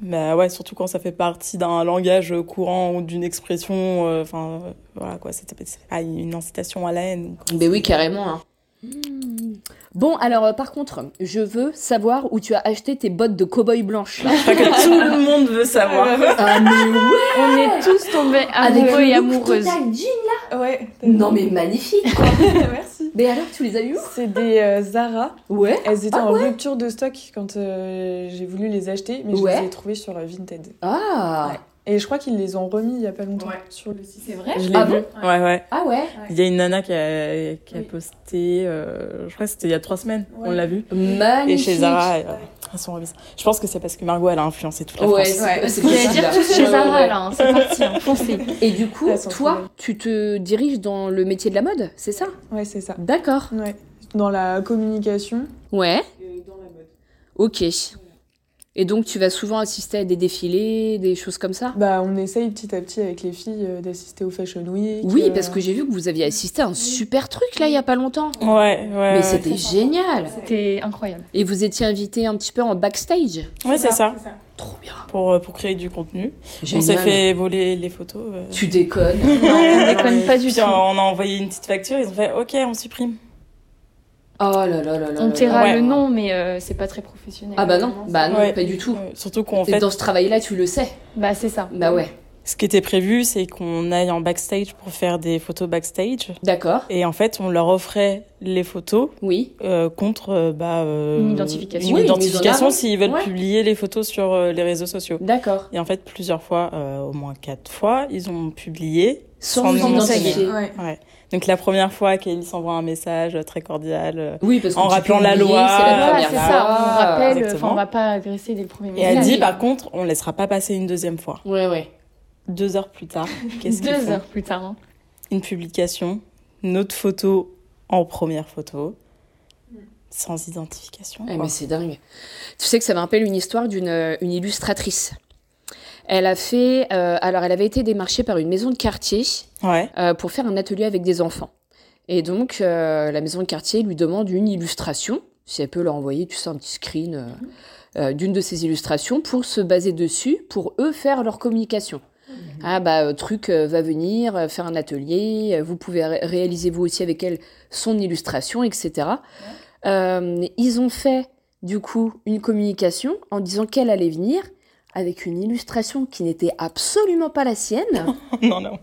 [SPEAKER 1] Mais ouais, surtout quand ça fait partie d'un langage courant ou d'une expression, euh, enfin euh, voilà quoi, c'était c'était pas une incitation à la haine. quoi.
[SPEAKER 3] Ben oui, carrément. hein. Hmm. Bon, alors euh, par contre, je veux savoir où tu as acheté tes bottes de cow-boy blanches. là.
[SPEAKER 1] Je crois que tout le monde veut savoir.
[SPEAKER 3] ah mais ouais,
[SPEAKER 4] On est tous tombés
[SPEAKER 3] avec
[SPEAKER 4] amoureux
[SPEAKER 3] le
[SPEAKER 4] et
[SPEAKER 3] look
[SPEAKER 4] amoureuses.
[SPEAKER 3] total jean.
[SPEAKER 2] Ouais. t'as
[SPEAKER 3] Non
[SPEAKER 2] vu.
[SPEAKER 3] mais magnifique. quoi.
[SPEAKER 2] Merci.
[SPEAKER 3] mais alors, tu les as eu où
[SPEAKER 2] C'est des euh, Zara.
[SPEAKER 3] Ah Ouais.
[SPEAKER 2] Elles étaient en rupture de stock quand euh, j'ai voulu les acheter, mais je
[SPEAKER 3] Ouais.
[SPEAKER 2] les ai trouvées sur euh, Vinted.
[SPEAKER 3] Ah.
[SPEAKER 2] Et je crois qu'ils les ont remis il y a pas longtemps sur le site.
[SPEAKER 5] C'est vrai
[SPEAKER 1] Je l'ai
[SPEAKER 3] Ah
[SPEAKER 1] vu. ouais, ouais.
[SPEAKER 3] Ah ouais.
[SPEAKER 1] Il y a une nana qui a, qui a
[SPEAKER 5] Oui.
[SPEAKER 1] posté, euh, je crois que c'était il y a trois semaines, on l'a vu. Et
[SPEAKER 3] Magnifique.
[SPEAKER 1] chez Zara, euh, elles sont remises. Je pense que c'est parce que Margot, elle a influencé toute la
[SPEAKER 3] Ouais,
[SPEAKER 1] France.
[SPEAKER 3] c'est- c'est
[SPEAKER 4] J'allais
[SPEAKER 3] possible.
[SPEAKER 4] dire tous chez
[SPEAKER 3] Ouais, ouais,
[SPEAKER 4] Zara
[SPEAKER 3] ouais.
[SPEAKER 4] là, hein, c'est parti, hein, foncez.
[SPEAKER 3] Et du coup,
[SPEAKER 2] Elles sont trop
[SPEAKER 3] toi,
[SPEAKER 2] belles.
[SPEAKER 3] tu te diriges dans le métier de la mode, c'est ça
[SPEAKER 2] Ouais, c'est ça.
[SPEAKER 3] D'accord.
[SPEAKER 2] Ouais. Dans la communication.
[SPEAKER 3] Ouais.
[SPEAKER 4] euh,
[SPEAKER 3] Ok. Et donc, tu vas souvent assister à des défilés, des choses comme ça
[SPEAKER 2] Bah, on essaye petit à petit avec les filles euh, d'assister au Fashion Week.
[SPEAKER 3] Oui,
[SPEAKER 2] euh,
[SPEAKER 3] parce que j'ai vu que vous aviez assisté à un super truc là, il y a pas longtemps.
[SPEAKER 1] Ouais, ouais.
[SPEAKER 3] Mais
[SPEAKER 1] ouais.
[SPEAKER 3] c'était génial.
[SPEAKER 4] C'était incroyable.
[SPEAKER 3] Et vous étiez invité un petit peu en backstage.
[SPEAKER 1] Ouais, c'est ça,
[SPEAKER 3] Trop bien.
[SPEAKER 1] pour, euh, pour créer du contenu. On s'est
[SPEAKER 3] Génial.
[SPEAKER 1] fait voler les photos. euh.
[SPEAKER 3] Tu déconnes.
[SPEAKER 4] Non, on déconne pas du
[SPEAKER 1] Puis
[SPEAKER 4] tout.
[SPEAKER 1] on on a envoyé une petite facture, ils ont fait OK, on supprime.
[SPEAKER 3] Oh là là là là.
[SPEAKER 4] On
[SPEAKER 3] là
[SPEAKER 4] taira
[SPEAKER 3] là.
[SPEAKER 4] le nom, mais euh, c'est pas très professionnel.
[SPEAKER 3] Ah bah non, bah non,
[SPEAKER 1] Ouais.
[SPEAKER 3] pas du tout.
[SPEAKER 1] Euh, Surtout qu'on
[SPEAKER 3] Et
[SPEAKER 1] fait,
[SPEAKER 3] dans ce travail-là, tu le sais.
[SPEAKER 4] Bah c'est ça.
[SPEAKER 3] Bah ouais.
[SPEAKER 1] ce qui était prévu, c'est qu'on aille en backstage pour faire des photos backstage.
[SPEAKER 3] D'accord.
[SPEAKER 1] Et en fait, on leur offrait les photos
[SPEAKER 3] Oui.
[SPEAKER 1] euh, contre euh, bah, euh,
[SPEAKER 4] Une identification.
[SPEAKER 1] une
[SPEAKER 3] Oui, une mise en
[SPEAKER 1] identification
[SPEAKER 3] avant.
[SPEAKER 1] s'ils veulent
[SPEAKER 3] Ouais.
[SPEAKER 1] publier les photos sur euh, les réseaux sociaux.
[SPEAKER 3] D'accord.
[SPEAKER 1] Et en fait, plusieurs fois, euh, au moins quatre fois, ils ont publié.
[SPEAKER 3] Sans,
[SPEAKER 1] Sans
[SPEAKER 3] vous
[SPEAKER 1] nous
[SPEAKER 3] identifier.
[SPEAKER 2] Ouais.
[SPEAKER 1] Donc la première fois, Kelly s'envoie un message euh, très cordial. euh,
[SPEAKER 3] Oui, parce que
[SPEAKER 1] En
[SPEAKER 3] tu
[SPEAKER 1] rappelant
[SPEAKER 3] peux
[SPEAKER 1] la
[SPEAKER 3] oublier,
[SPEAKER 1] loi,
[SPEAKER 3] C'est
[SPEAKER 1] Voilà,
[SPEAKER 3] la
[SPEAKER 4] Voilà,
[SPEAKER 3] première
[SPEAKER 4] c'est
[SPEAKER 1] là.
[SPEAKER 4] ça.
[SPEAKER 3] fois.
[SPEAKER 4] On rappelle, enfin,
[SPEAKER 1] Exactement.
[SPEAKER 4] on va pas agresser dès le premier
[SPEAKER 1] et elle
[SPEAKER 4] message.
[SPEAKER 1] dit,
[SPEAKER 3] oui.
[SPEAKER 1] par contre, on laissera pas passer une deuxième fois.
[SPEAKER 3] Ouais, ouais.
[SPEAKER 1] Deux heures plus tard, qu'est-ce qu'ils
[SPEAKER 4] Deux
[SPEAKER 1] font
[SPEAKER 4] heures plus tard. hein.
[SPEAKER 1] Une publication, notre photo en première photo, Mm. sans identification.
[SPEAKER 3] Eh,
[SPEAKER 1] quoi.
[SPEAKER 3] mais c'est dingue. Tu sais que ça me rappelle une histoire d'une euh, une illustratrice. Elle a fait. euh, alors, elle avait été démarchée par une maison de quartier
[SPEAKER 1] Ouais,
[SPEAKER 3] euh, pour faire un atelier avec des enfants. Et donc, euh, la maison de quartier lui demande une illustration, si elle peut leur envoyer, tu sais, un petit screen euh, euh, d'une de ces illustrations pour se baser dessus, pour eux faire leur communication. Ah bah, euh, truc euh, va venir, euh, faire un atelier, euh, vous pouvez ré- réaliser vous aussi avec elle son illustration, etc. Euh, ils ont fait, du coup, une communication en disant qu'elle allait venir avec une illustration qui n'était absolument pas la sienne.
[SPEAKER 1] non, non.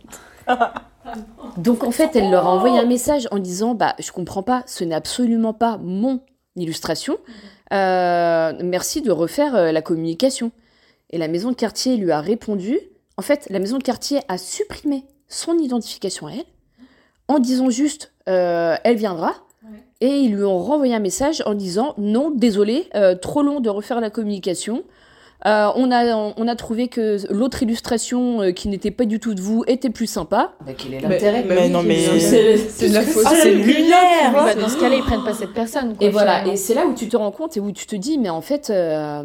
[SPEAKER 3] Donc en fait, elle leur a envoyé un message en disant bah je comprends pas, ce n'est absolument pas mon illustration. Euh, merci de refaire euh, la communication. Et la maison de quartier lui a répondu. En fait, la maison de quartier a supprimé son identification à elle en disant juste euh, elle viendra. Et ils lui ont renvoyé un message en disant non, désolé, euh, trop long de refaire la communication. Euh, on, a, on a trouvé que l'autre illustration euh, qui n'était pas du tout de vous était plus sympa. Bah, quel est
[SPEAKER 2] l'intérêt
[SPEAKER 1] Mais non, mais-
[SPEAKER 3] de la fausse-
[SPEAKER 1] Ah, c'est lunaire
[SPEAKER 4] Bah, dans ce cas-là, ils prennent pas cette personne. quoi,
[SPEAKER 3] Et voilà,
[SPEAKER 4] finalement.
[SPEAKER 3] et c'est là où tu te rends compte et où tu te dis, mais en fait, euh,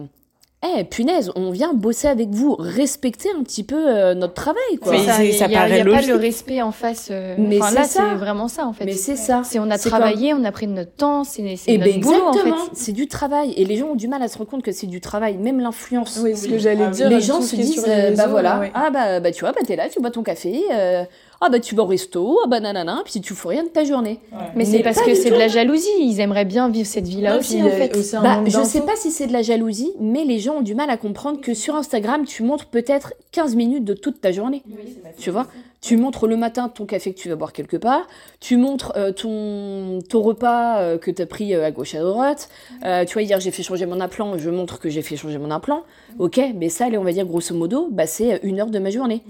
[SPEAKER 3] Eh, punaise, on vient bosser avec vous, respectez un petit peu euh, notre travail, quoi.
[SPEAKER 1] Mais
[SPEAKER 4] C'est
[SPEAKER 1] ça-
[SPEAKER 4] il y
[SPEAKER 1] ça
[SPEAKER 4] a- il y a,
[SPEAKER 1] paraît
[SPEAKER 4] pas
[SPEAKER 1] logique.
[SPEAKER 4] le respect en face. euh,
[SPEAKER 3] Mais
[SPEAKER 4] enfin,
[SPEAKER 3] c'est
[SPEAKER 4] là,
[SPEAKER 3] ça.
[SPEAKER 4] c'est vraiment ça, en fait.
[SPEAKER 3] Mais c'est ça.
[SPEAKER 4] C'est on a
[SPEAKER 3] C'est
[SPEAKER 4] travaillé, on a pris de notre temps, c'est c'est
[SPEAKER 3] Et
[SPEAKER 4] notre
[SPEAKER 3] ben
[SPEAKER 4] boulot, en
[SPEAKER 3] exactement,
[SPEAKER 4] fait.
[SPEAKER 3] c'est du travail. Et les gens ont du mal à se rendre compte que c'est du travail, même l'influence.
[SPEAKER 2] Oui, ce que j'allais
[SPEAKER 1] Ah,
[SPEAKER 2] dire.
[SPEAKER 3] les
[SPEAKER 2] tout
[SPEAKER 3] gens
[SPEAKER 2] ce
[SPEAKER 3] se
[SPEAKER 2] qui est
[SPEAKER 3] disent,
[SPEAKER 2] sur les
[SPEAKER 3] euh, bah
[SPEAKER 2] réseaux,
[SPEAKER 3] voilà,
[SPEAKER 2] ouais.
[SPEAKER 3] ah bah, bah tu vois, bah t'es là, tu bois ton café, euh, ah bah tu vas au resto, ah bah nanana, puis tu fous rien de ta journée.
[SPEAKER 4] Mais
[SPEAKER 3] Mais
[SPEAKER 4] c'est parce
[SPEAKER 3] pas
[SPEAKER 4] que
[SPEAKER 3] du
[SPEAKER 4] c'est
[SPEAKER 3] tout.
[SPEAKER 4] de la jalousie. Ils aimeraient bien vivre cette vie-là
[SPEAKER 2] Non,
[SPEAKER 4] aussi,
[SPEAKER 2] puis
[SPEAKER 4] en
[SPEAKER 2] il y a
[SPEAKER 4] fait.
[SPEAKER 2] aussi un
[SPEAKER 3] Bah,
[SPEAKER 2] manque
[SPEAKER 3] je sais
[SPEAKER 2] d'infos.
[SPEAKER 3] pas si c'est de la jalousie, mais les gens ont du mal à comprendre que sur Instagram, tu montres peut-être 15 minutes de toute ta journée. tu vois Tu montres le matin ton café que tu vas boire quelque part, tu montres euh, ton, ton repas euh, que tu as pris euh, à gauche à droite. Euh, tu vois, hier j'ai fait changer mon implant, je montre que j'ai fait changer mon implant. Ok, mais ça, allez, on va dire grosso modo, bah, c'est une heure de ma journée.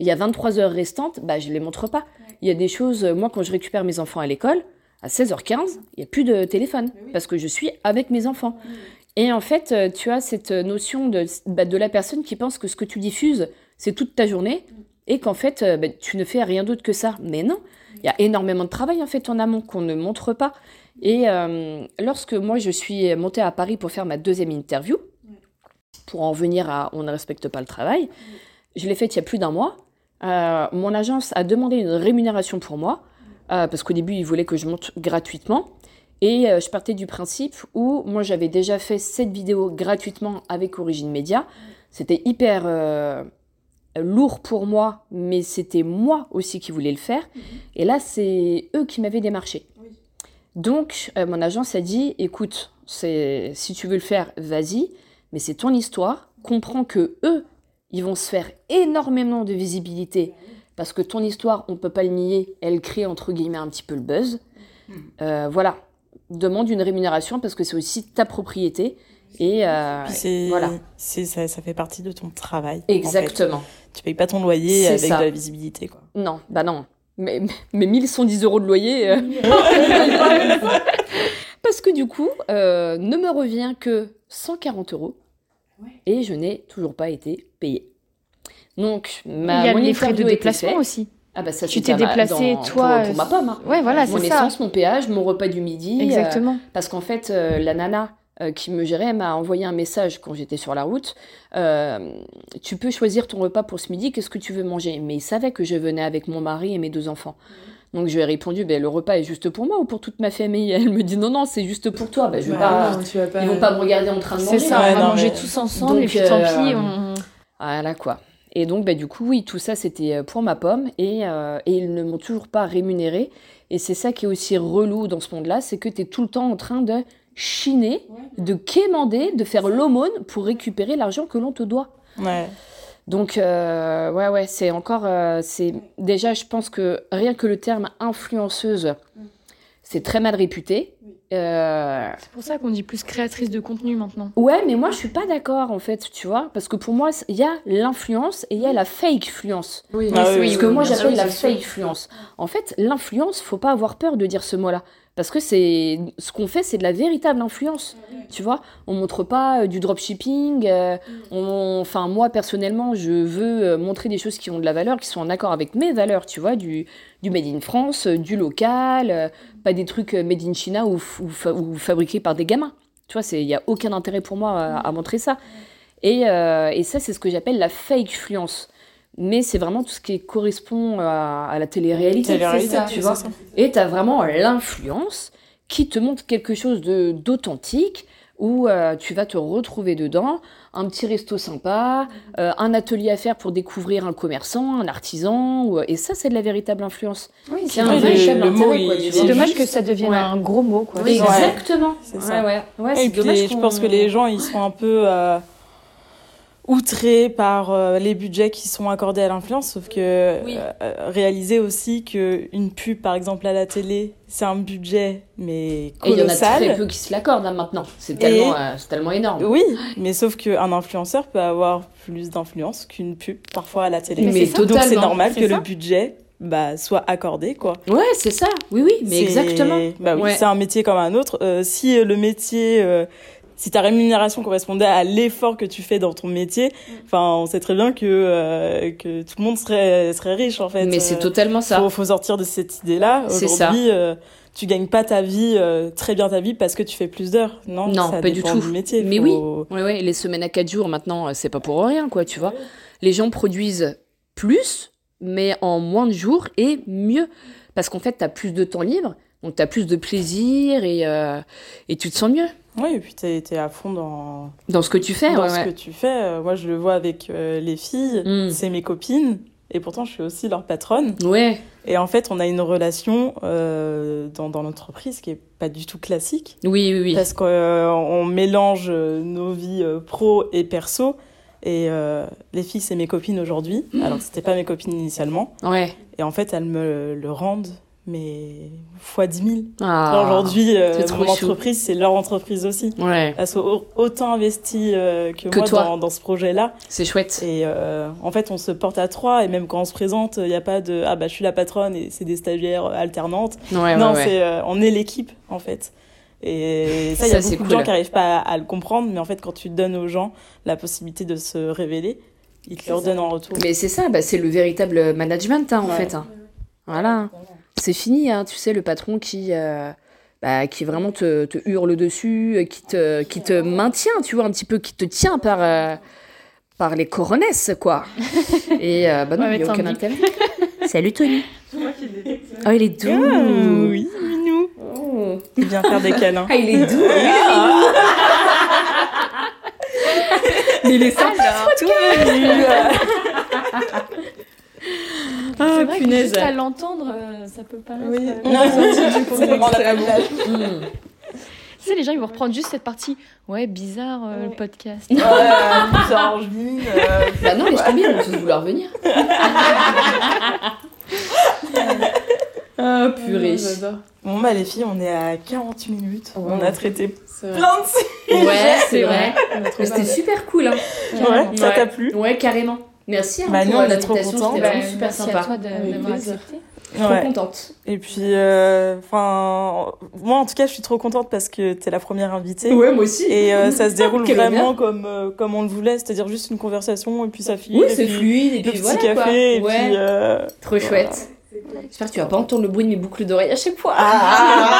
[SPEAKER 3] Il y a 23 heures restantes, bah, je les montre pas. Il y a des choses, euh, moi quand je récupère mes enfants à l'école, à 16h15, il n'y a plus de téléphone parce que je suis avec mes enfants. Et en fait, euh, tu as cette notion de, bah, de la personne qui pense que ce que tu diffuses, c'est toute ta journée et qu'en fait, euh, bah, tu ne fais rien d'autre que ça. Mais non, il y a énormément de travail en fait en amont qu'on ne montre pas. Et euh, lorsque moi, je suis montée à Paris pour faire ma deuxième interview, pour en venir à on ne respecte pas le travail, je l'ai faite il y a plus d'un mois. Euh, mon agence a demandé une rémunération pour moi, euh, parce qu'au début, ils voulaient que je monte gratuitement. Et euh, je partais du principe où moi j'avais déjà fait cette vidéo gratuitement avec Origine Media. C'était hyper euh, lourd pour moi, mais c'était moi aussi qui voulais le faire. Et là, c'est eux qui m'avaient démarché. Donc, euh, mon agence a dit écoute, c'est- si tu veux le faire, vas-y, mais c'est ton histoire. Comprends que eux, ils vont se faire énormément de visibilité parce que ton histoire, on peut pas le nier, elle crée entre guillemets un petit peu le buzz. Euh, voilà, demande une rémunération parce que c'est aussi ta propriété. Et euh,
[SPEAKER 1] Puis c'est,
[SPEAKER 3] voilà.
[SPEAKER 1] c'est- ça, ça fait partie de ton travail. en fait.
[SPEAKER 3] Exactement.
[SPEAKER 1] Tu payes pas ton loyer
[SPEAKER 3] C'est
[SPEAKER 1] avec
[SPEAKER 3] ça.
[SPEAKER 1] de la visibilité, quoi.
[SPEAKER 3] Non, bah non. Mais, mais 1110 euros de loyer. euh. Parce que du coup, euh, ne me revient que 140 euros. Et je n'ai toujours pas été payée. Donc, ma,
[SPEAKER 4] Il y a
[SPEAKER 3] Bah, mon
[SPEAKER 4] les frais de
[SPEAKER 3] interview a été
[SPEAKER 4] déplacement
[SPEAKER 3] faite.
[SPEAKER 4] aussi.
[SPEAKER 3] Ah bah ça,
[SPEAKER 4] Tu
[SPEAKER 3] c'était
[SPEAKER 4] t'es
[SPEAKER 3] à ma-
[SPEAKER 4] déplacé,
[SPEAKER 3] dans-
[SPEAKER 4] toi,
[SPEAKER 3] Pour, pour ma pomme. hein.
[SPEAKER 4] Ouais, voilà,
[SPEAKER 3] mon
[SPEAKER 4] c'est ça.
[SPEAKER 3] essence, mon péage, mon repas du midi. euh,
[SPEAKER 4] Exactement.
[SPEAKER 3] parce qu'en fait, euh, la nana euh, qui me gérait m'a envoyé un message quand j'étais sur la route. Euh, tu peux choisir ton repas pour ce midi, qu'est-ce que tu veux manger Mais il savait que je venais avec mon mari et mes deux enfants.
[SPEAKER 4] Mmh.
[SPEAKER 3] Donc je lui ai répondu, ben, le repas est juste pour moi ou pour toute ma famille Et Elle me dit, non, non, c'est juste pour toi. Ben, je vais
[SPEAKER 2] Bah
[SPEAKER 4] Ah,
[SPEAKER 3] pas-
[SPEAKER 2] non, tu vas pas-
[SPEAKER 3] Ils vont pas me regarder en train de manger.
[SPEAKER 4] C'est ça,
[SPEAKER 1] Ouais,
[SPEAKER 4] on va
[SPEAKER 1] non,
[SPEAKER 4] manger
[SPEAKER 1] mais-
[SPEAKER 4] tous ensemble
[SPEAKER 3] Donc,
[SPEAKER 4] et puis tant
[SPEAKER 3] euh,
[SPEAKER 4] pis, on...
[SPEAKER 3] Voilà Ah, quoi. Et donc, bah, du coup, oui, tout ça, c'était euh, pour ma pomme. Et, euh, et ils ne m'ont toujours pas rémunéré. Et c'est ça qui est aussi relou dans ce monde-là, c'est que tu es tout le temps en train de chiner, de quémander, de faire l'aumône pour récupérer l'argent que l'on te doit.
[SPEAKER 1] Ouais.
[SPEAKER 3] Donc, euh, ouais, ouais, c'est encore. euh, c'est Déjà, je pense que rien que le terme influenceuse, c'est très mal réputé. Euh,
[SPEAKER 4] C'est pour ça qu'on dit plus créatrice de contenu maintenant.
[SPEAKER 3] Ouais, mais moi je suis pas d'accord en fait, tu vois, parce que pour moi il y a l'influence et il y a la fake influence.
[SPEAKER 2] Oui,
[SPEAKER 1] Ah oui,
[SPEAKER 2] c'est-
[SPEAKER 1] oui,
[SPEAKER 3] ce que moi
[SPEAKER 2] bien sûr,
[SPEAKER 3] j'appelle la
[SPEAKER 2] c'est sûr.
[SPEAKER 3] fake influence. En fait, l'influence, faut pas avoir peur de dire ce mot-là, parce que c'est ce qu'on fait, c'est de la véritable influence. Tu vois, on montre pas euh, du dropshipping. euh, on, enfin, moi personnellement, je veux euh, montrer des choses qui ont de la valeur, qui sont en accord avec mes valeurs. Tu vois, du du made in France, euh, du local, euh, pas des trucs euh, made in China ou, f- ou fa- ou fabriqués par des gamins. Tu vois, il n'y a aucun intérêt pour moi euh, à, à montrer ça. Et, euh, et ça, c'est ce que j'appelle la fake fluence. Mais c'est vraiment tout ce qui correspond à, à la télé-réalité.
[SPEAKER 1] Télé-réalité,
[SPEAKER 3] c'est ça, tu vois. Et tu as vraiment l'influence qui te montre quelque chose de d'authentique où euh, tu vas te retrouver dedans, un petit resto sympa, euh, un atelier à faire pour découvrir un commerçant, un artisan, ou- euh, et ça c'est de la véritable influence.
[SPEAKER 4] Oui,
[SPEAKER 3] C'est un
[SPEAKER 1] le-
[SPEAKER 3] véritable
[SPEAKER 1] le
[SPEAKER 3] intérêt,
[SPEAKER 1] mot,
[SPEAKER 3] quoi,
[SPEAKER 1] il-
[SPEAKER 3] tu
[SPEAKER 1] c'est
[SPEAKER 3] vois.
[SPEAKER 4] C'est dommage
[SPEAKER 1] juste-
[SPEAKER 4] que ça devienne
[SPEAKER 3] Ouais.
[SPEAKER 4] un gros mot, quoi.
[SPEAKER 1] Oui,
[SPEAKER 3] Exactement.
[SPEAKER 1] c'est ça.
[SPEAKER 3] Ouais, ouais. Ouais, Ah, c'est
[SPEAKER 1] Et puis,
[SPEAKER 3] dommage
[SPEAKER 1] les- je
[SPEAKER 3] qu'on-
[SPEAKER 1] pense que les gens, ils sont un peu euh, outrés par euh, les budgets qui sont accordés à l'influence, sauf que
[SPEAKER 3] Oui.
[SPEAKER 1] euh, euh, réaliser aussi qu'une pub, par exemple, à la télé, c'est un budget, mais
[SPEAKER 3] Et il y en a
[SPEAKER 1] colossal.
[SPEAKER 3] très peu qui se l'accordent hein, maintenant. C'est tellement,
[SPEAKER 1] Et-
[SPEAKER 3] euh, c'est tellement énorme.
[SPEAKER 1] Oui, mais sauf qu'un influenceur peut avoir plus d'influence qu'une pub, parfois à la télé.
[SPEAKER 3] Mais Mais c'est ça.
[SPEAKER 1] Donc c'est
[SPEAKER 3] totalement,
[SPEAKER 1] normal
[SPEAKER 3] c'est
[SPEAKER 1] que
[SPEAKER 3] ça.
[SPEAKER 1] le budget bah, soit accordé, quoi.
[SPEAKER 3] Ouais, c'est ça. Oui, oui, mais
[SPEAKER 1] C'est-
[SPEAKER 3] exactement.
[SPEAKER 1] bah oui,
[SPEAKER 3] Ouais.
[SPEAKER 1] C'est un métier comme un autre. Euh, si euh, le métier, euh, si ta rémunération correspondait à l'effort que tu fais dans ton métier, enfin, on sait très bien que euh, que tout le monde serait serait riche en fait.
[SPEAKER 3] Mais c'est
[SPEAKER 1] Euh,
[SPEAKER 3] totalement ça.
[SPEAKER 1] Faut, faut sortir de cette idée-là.
[SPEAKER 3] C'est
[SPEAKER 1] Aujourd'hui, euh, tu gagnes pas ta vie, euh, très bien ta vie, parce que tu fais plus d'heures. Non,
[SPEAKER 3] Non,
[SPEAKER 1] ça
[SPEAKER 3] pas du
[SPEAKER 1] dépend
[SPEAKER 3] tout.
[SPEAKER 1] métier.
[SPEAKER 3] Mais
[SPEAKER 1] Faut-
[SPEAKER 3] Ouais, ouais, les semaines à 4 jours maintenant, euh, c'est pas pour rien, quoi, tu vois. Les gens produisent plus, mais en moins de jours et mieux. Parce qu'en fait, t'as plus de temps libre, donc t'as plus de plaisir et, euh, et tu te sens mieux
[SPEAKER 1] Oui, et puis t'es t'es à fond dans,
[SPEAKER 3] dans ce que tu fais.
[SPEAKER 1] dans
[SPEAKER 3] ouais,
[SPEAKER 1] ce
[SPEAKER 3] ouais.
[SPEAKER 1] que tu fais. Euh, Moi, je le vois avec euh, les filles,
[SPEAKER 3] Mm.
[SPEAKER 1] c'est mes copines, et pourtant, je suis aussi leur patronne.
[SPEAKER 3] Ouais,
[SPEAKER 1] Et en fait, on a une relation euh, dans, dans l'entreprise qui est pas du tout classique,
[SPEAKER 3] oui, oui, oui.
[SPEAKER 1] parce qu'on euh, on mélange euh, nos vies euh, pro et perso. Et euh, les filles, c'est mes copines aujourd'hui,
[SPEAKER 3] Mm.
[SPEAKER 1] alors que c'était pas mes copines initialement.
[SPEAKER 3] Ouais.
[SPEAKER 1] Et en fait, elles me le rendent, mais fois 10 000.
[SPEAKER 3] Ah.
[SPEAKER 1] Genre, Aujourd'hui, euh,
[SPEAKER 3] c'est trop
[SPEAKER 1] mon
[SPEAKER 3] chou.
[SPEAKER 1] entreprise, c'est leur entreprise aussi.
[SPEAKER 3] Ouais,
[SPEAKER 1] Elles sont au- autant investies euh, que,
[SPEAKER 3] Que
[SPEAKER 1] moi
[SPEAKER 3] toi.
[SPEAKER 1] dans- dans ce projet-là.
[SPEAKER 3] c'est chouette.
[SPEAKER 1] Et euh, en fait, on se porte à trois, et même quand on se présente, il n'y a pas de ah bah je suis la patronne et c'est des stagiaires alternantes.
[SPEAKER 3] Ah Ouais,
[SPEAKER 1] non,
[SPEAKER 3] ouais, ouais.
[SPEAKER 1] c'est euh, on est l'équipe en fait. Et ça, il y a beaucoup
[SPEAKER 3] Ça,
[SPEAKER 1] de
[SPEAKER 3] c'est cool.
[SPEAKER 1] gens qui n'arrivent pas à, à le comprendre, mais en fait, quand tu donnes aux gens la possibilité de se révéler, ils te
[SPEAKER 5] C'est
[SPEAKER 1] leur
[SPEAKER 5] ça.
[SPEAKER 1] donnent en retour.
[SPEAKER 3] Mais c'est ça, bah, c'est le véritable management, hein, en
[SPEAKER 1] Ouais.
[SPEAKER 3] fait. hein. Voilà. C'est fini, hein, tu sais, le patron qui, euh, bah, qui vraiment te, te hurle dessus, euh, qui te, qui te maintient, tu vois, un petit peu, qui te tient par, euh, par les coronesses, quoi. Et euh, bah non,
[SPEAKER 4] Ouais, mais
[SPEAKER 3] il n'y a
[SPEAKER 4] t'en
[SPEAKER 3] aucun
[SPEAKER 4] dis.
[SPEAKER 3] intérêt. Salut Tony. Oh, il est doux.
[SPEAKER 1] Ah, oui, minou.
[SPEAKER 3] Oh.
[SPEAKER 1] Il vient faire des câlins.
[SPEAKER 3] Ah, il est doux. Mais il est sympa.
[SPEAKER 4] C'est vrai que
[SPEAKER 1] punaise.
[SPEAKER 4] juste à l'entendre, euh, ça peut paraître.
[SPEAKER 2] Oui.
[SPEAKER 4] euh,
[SPEAKER 1] Non, c'est vraiment la plage.
[SPEAKER 3] Mm.
[SPEAKER 4] Tu sais, les gens, ils vont reprendre juste cette partie. Ouais, bizarre euh, le podcast.
[SPEAKER 1] Ouais, genre, je mine, euh,
[SPEAKER 3] Bah non, mais je bien, on va tous vouloir venir. Ah, purée.
[SPEAKER 2] Euh, J'adore.
[SPEAKER 1] Bon bah les filles, on est à 40 minutes.
[SPEAKER 3] Ouais.
[SPEAKER 1] On a traité
[SPEAKER 2] C'est vrai.
[SPEAKER 1] plein de sujets.
[SPEAKER 3] Ouais, c'est
[SPEAKER 2] C'est
[SPEAKER 3] vrai.
[SPEAKER 2] On a trop
[SPEAKER 3] Mais C'était
[SPEAKER 2] parlé.
[SPEAKER 3] super cool. Hein.
[SPEAKER 1] Ouais, ça
[SPEAKER 3] Ouais.
[SPEAKER 1] t'a plu
[SPEAKER 3] Ouais, carrément. Merci hein,
[SPEAKER 1] Bah,
[SPEAKER 3] pour
[SPEAKER 1] nous, on est
[SPEAKER 3] l'invitation,
[SPEAKER 1] trop contents.
[SPEAKER 3] c'était
[SPEAKER 1] Bah,
[SPEAKER 3] vraiment super
[SPEAKER 4] merci à
[SPEAKER 3] sympa.
[SPEAKER 4] toi de-
[SPEAKER 2] Avec
[SPEAKER 4] d'avoir
[SPEAKER 2] plaisir.
[SPEAKER 4] accepté.
[SPEAKER 3] Trop
[SPEAKER 1] Ouais.
[SPEAKER 3] contente.
[SPEAKER 1] Et puis, euh, enfin, moi en tout cas, je suis trop contente parce que t'es la première invitée.
[SPEAKER 3] moi aussi.
[SPEAKER 1] Et euh, ça se déroule
[SPEAKER 3] Quelle
[SPEAKER 1] vraiment comme, euh, comme on le voulait, c'est-à-dire juste une conversation et puis ça finit.
[SPEAKER 3] Oui,
[SPEAKER 1] et
[SPEAKER 3] c'est
[SPEAKER 1] puis
[SPEAKER 3] fluide. Et
[SPEAKER 1] Le
[SPEAKER 3] puis
[SPEAKER 1] petit
[SPEAKER 3] voilà. quoi.
[SPEAKER 1] café et
[SPEAKER 3] ouais.
[SPEAKER 1] puis. euh,
[SPEAKER 3] Trop chouette. J'espère que tu vas pas entendre le bruit de mes boucles d'oreilles à chaque fois.
[SPEAKER 1] Ah,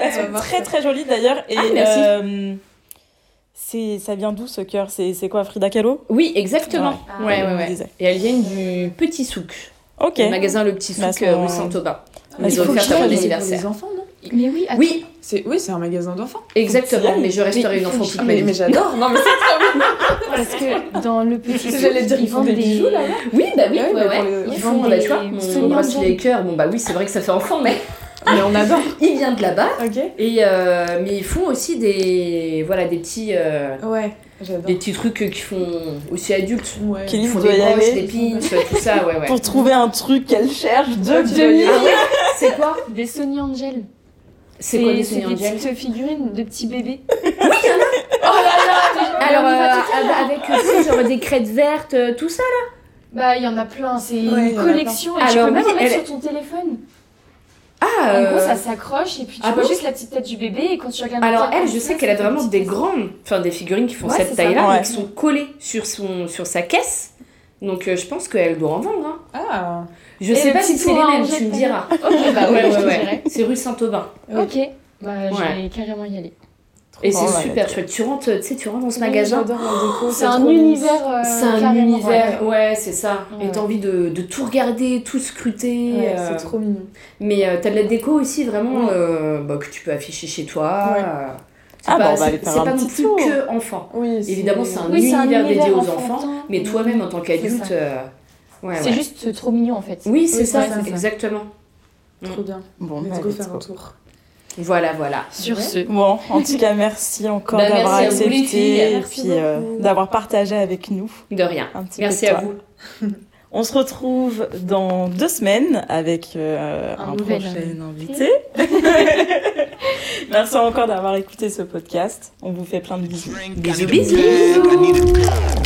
[SPEAKER 1] Elles sont très très jolies d'ailleurs. Et
[SPEAKER 3] Ah, merci.
[SPEAKER 1] euh, c'est ça vient d'où ce cœur C'est c'est quoi Frida Kahlo
[SPEAKER 3] Oui, exactement.
[SPEAKER 4] Ah.
[SPEAKER 3] Ouais,
[SPEAKER 1] Elle
[SPEAKER 3] ouais,
[SPEAKER 1] me
[SPEAKER 3] ouais.
[SPEAKER 1] disait.
[SPEAKER 3] Et elles viennent du Petit Souk.
[SPEAKER 1] Ok.
[SPEAKER 3] Le magasin Le Petit Souk,
[SPEAKER 1] Bah,
[SPEAKER 3] euh,
[SPEAKER 1] son-
[SPEAKER 3] rue Saint-Aubin.
[SPEAKER 1] Mais
[SPEAKER 3] Ils
[SPEAKER 1] il
[SPEAKER 3] ont
[SPEAKER 1] faut
[SPEAKER 3] offert
[SPEAKER 1] que
[SPEAKER 3] pour
[SPEAKER 1] j'aille,
[SPEAKER 3] mon
[SPEAKER 1] c'est
[SPEAKER 3] anniversaire.
[SPEAKER 2] enfants, non
[SPEAKER 4] Mais
[SPEAKER 1] Ah,
[SPEAKER 4] oui, attends.
[SPEAKER 3] Oui,
[SPEAKER 2] c'est... Oui, c'est un magasin d'enfants.
[SPEAKER 3] exactement, mais je resterai
[SPEAKER 4] Mais
[SPEAKER 3] une enfant
[SPEAKER 4] il faut
[SPEAKER 3] toute
[SPEAKER 2] Ah,
[SPEAKER 3] ma
[SPEAKER 2] mais, mais
[SPEAKER 3] vie.
[SPEAKER 2] j'adore. Non, mais c'est
[SPEAKER 4] Parce que dans le petit.
[SPEAKER 2] J'allais dire,
[SPEAKER 4] ils
[SPEAKER 2] ils font
[SPEAKER 4] vendent
[SPEAKER 2] des bijoux, là,
[SPEAKER 3] Oui, bah oui,
[SPEAKER 2] Ouais,
[SPEAKER 3] ouais,
[SPEAKER 2] mais
[SPEAKER 3] ouais.
[SPEAKER 2] pour les-
[SPEAKER 3] Ils
[SPEAKER 4] Ils
[SPEAKER 3] font,
[SPEAKER 4] font
[SPEAKER 3] bah,
[SPEAKER 4] des-
[SPEAKER 3] tu vois,
[SPEAKER 4] des
[SPEAKER 3] mon
[SPEAKER 4] sonnets
[SPEAKER 3] bracelet
[SPEAKER 4] en
[SPEAKER 3] cœur, bon bah oui, c'est vrai que ça fait enfant, mais
[SPEAKER 2] Mais on adore.
[SPEAKER 3] il vient de là-bas.
[SPEAKER 2] Ok.
[SPEAKER 3] Et euh, mais ils font aussi des voilà des petits euh,
[SPEAKER 2] Ouais, j'adore.
[SPEAKER 3] des petits trucs qui font aussi adultes.
[SPEAKER 2] Ouais.
[SPEAKER 1] Kelly
[SPEAKER 3] Ils font
[SPEAKER 1] doit
[SPEAKER 3] des
[SPEAKER 1] y
[SPEAKER 3] broches,
[SPEAKER 1] aller
[SPEAKER 3] des pins, tout ça, ouais ouais.
[SPEAKER 1] pour trouver un truc qu'elle cherche de
[SPEAKER 2] tu dois y
[SPEAKER 1] Dieu.
[SPEAKER 2] aller.
[SPEAKER 3] Ah ouais C'est quoi
[SPEAKER 4] Des Sony Angel.
[SPEAKER 3] C'est quoi des
[SPEAKER 4] c'est
[SPEAKER 3] Sony Angels
[SPEAKER 4] petites figurines de petits bébés. Oh
[SPEAKER 3] Alors euh, avec euh, tu sais, genre des crêtes vertes, euh, tout ça.
[SPEAKER 4] Bah, il y en a plein, c'est
[SPEAKER 2] Ouais, il
[SPEAKER 4] une
[SPEAKER 2] y en a
[SPEAKER 4] collection et
[SPEAKER 3] Alors,
[SPEAKER 4] tu peux même
[SPEAKER 3] oui,
[SPEAKER 4] en mettre
[SPEAKER 3] elle-
[SPEAKER 4] sur ton téléphone.
[SPEAKER 3] Ah.
[SPEAKER 4] En gros,
[SPEAKER 3] euh,
[SPEAKER 4] ça s'accroche et puis tu
[SPEAKER 3] ah
[SPEAKER 4] vois
[SPEAKER 3] bon
[SPEAKER 4] juste la petite tête du bébé et quand tu regardes.
[SPEAKER 3] Alors
[SPEAKER 4] bien
[SPEAKER 3] elle,
[SPEAKER 4] comme
[SPEAKER 3] je
[SPEAKER 4] ça,
[SPEAKER 3] sais qu'elle a
[SPEAKER 4] c'est
[SPEAKER 3] vraiment
[SPEAKER 4] une
[SPEAKER 3] des
[SPEAKER 4] petite-
[SPEAKER 3] grandes, enfin des figurines qui font
[SPEAKER 4] Ouais,
[SPEAKER 3] cette
[SPEAKER 4] c'est ça.
[SPEAKER 3] taille-là,
[SPEAKER 1] Ouais.
[SPEAKER 3] mais qui sont collées sur son sur sa caisse. Donc euh, je pense qu'elle doit en vendre. hein.
[SPEAKER 2] Ah,
[SPEAKER 3] Je
[SPEAKER 4] Et
[SPEAKER 3] sais
[SPEAKER 4] le
[SPEAKER 3] pas
[SPEAKER 4] petit
[SPEAKER 3] si c'est les
[SPEAKER 4] toit
[SPEAKER 3] mêmes,
[SPEAKER 4] ben, en
[SPEAKER 3] tu me
[SPEAKER 4] jet
[SPEAKER 3] diras. Ok, bah ouais,
[SPEAKER 4] Je
[SPEAKER 3] ouais,
[SPEAKER 4] te
[SPEAKER 3] ouais.
[SPEAKER 4] dirai.
[SPEAKER 3] C'est rue Saint-Aubin.
[SPEAKER 4] Ok. Bah, je
[SPEAKER 3] Ouais.
[SPEAKER 4] vais carrément y aller.
[SPEAKER 3] Et c'est
[SPEAKER 1] Oh, ouais.
[SPEAKER 3] super chouette. Tu rentres, tu sais, tu rentres dans ce
[SPEAKER 2] Oui,
[SPEAKER 3] magasin.
[SPEAKER 2] J'adore la déco.
[SPEAKER 4] C'est un
[SPEAKER 2] trop mignon.
[SPEAKER 4] univers. euh,
[SPEAKER 3] C'est un
[SPEAKER 4] carrément,
[SPEAKER 3] univers, ouais, c'est ça.
[SPEAKER 4] Ouais,
[SPEAKER 3] Et
[SPEAKER 4] ouais.
[SPEAKER 3] t'as envie de, de tout regarder, tout scruter.
[SPEAKER 2] Ouais,
[SPEAKER 3] euh,
[SPEAKER 2] C'est trop mignon.
[SPEAKER 3] Mais euh, t'as de la déco aussi, vraiment,
[SPEAKER 2] Ouais.
[SPEAKER 3] euh, bah, que tu peux afficher chez toi.
[SPEAKER 2] Ouais.
[SPEAKER 3] euh,
[SPEAKER 1] Ah,
[SPEAKER 3] c'est pas,
[SPEAKER 1] bah, on va
[SPEAKER 3] c'est-
[SPEAKER 1] aller faire
[SPEAKER 3] c'est
[SPEAKER 1] un
[SPEAKER 3] pas non
[SPEAKER 1] petit
[SPEAKER 3] plus
[SPEAKER 1] tour.
[SPEAKER 3] que enfant.
[SPEAKER 2] Oui,
[SPEAKER 3] Évidemment, c'est un
[SPEAKER 4] Oui, c'est un
[SPEAKER 3] univers dédié
[SPEAKER 4] univers
[SPEAKER 3] aux enfants.
[SPEAKER 4] enfantin.
[SPEAKER 3] Mais toi-même, en tant qu'adulte,
[SPEAKER 4] Mm. ça.
[SPEAKER 3] euh, ouais,
[SPEAKER 4] C'est
[SPEAKER 3] ouais.
[SPEAKER 4] juste trop mignon en fait.
[SPEAKER 3] Oui, c'est
[SPEAKER 2] Oui,
[SPEAKER 3] ça,
[SPEAKER 2] c'est ça, c'est ça.
[SPEAKER 3] exactement.
[SPEAKER 2] Trop bien.
[SPEAKER 1] Bon, bah,
[SPEAKER 2] Let's go
[SPEAKER 1] let's
[SPEAKER 2] faire
[SPEAKER 1] go.
[SPEAKER 2] un tour.
[SPEAKER 3] Voilà, voilà.
[SPEAKER 4] Sur
[SPEAKER 2] Ouais.
[SPEAKER 4] ce.
[SPEAKER 1] Bon, en tout cas, merci encore
[SPEAKER 3] Bah,
[SPEAKER 1] d'avoir
[SPEAKER 3] merci à vous, les filles.
[SPEAKER 1] accepté et
[SPEAKER 2] Merci
[SPEAKER 1] puis euh,
[SPEAKER 2] beaucoup.
[SPEAKER 1] d'avoir partagé avec nous
[SPEAKER 3] De rien.
[SPEAKER 1] un petit
[SPEAKER 3] Merci
[SPEAKER 1] peu de
[SPEAKER 3] à
[SPEAKER 1] toi.
[SPEAKER 3] vous.
[SPEAKER 1] On se retrouve dans deux semaines avec euh,
[SPEAKER 4] Un
[SPEAKER 1] un,
[SPEAKER 4] nouvel
[SPEAKER 1] prochain invité.
[SPEAKER 4] invité.
[SPEAKER 1] merci encore d'avoir écouté ce podcast. On vous fait plein de bisous.
[SPEAKER 3] Bisous,
[SPEAKER 5] Bisous, bisous.
[SPEAKER 3] bisous.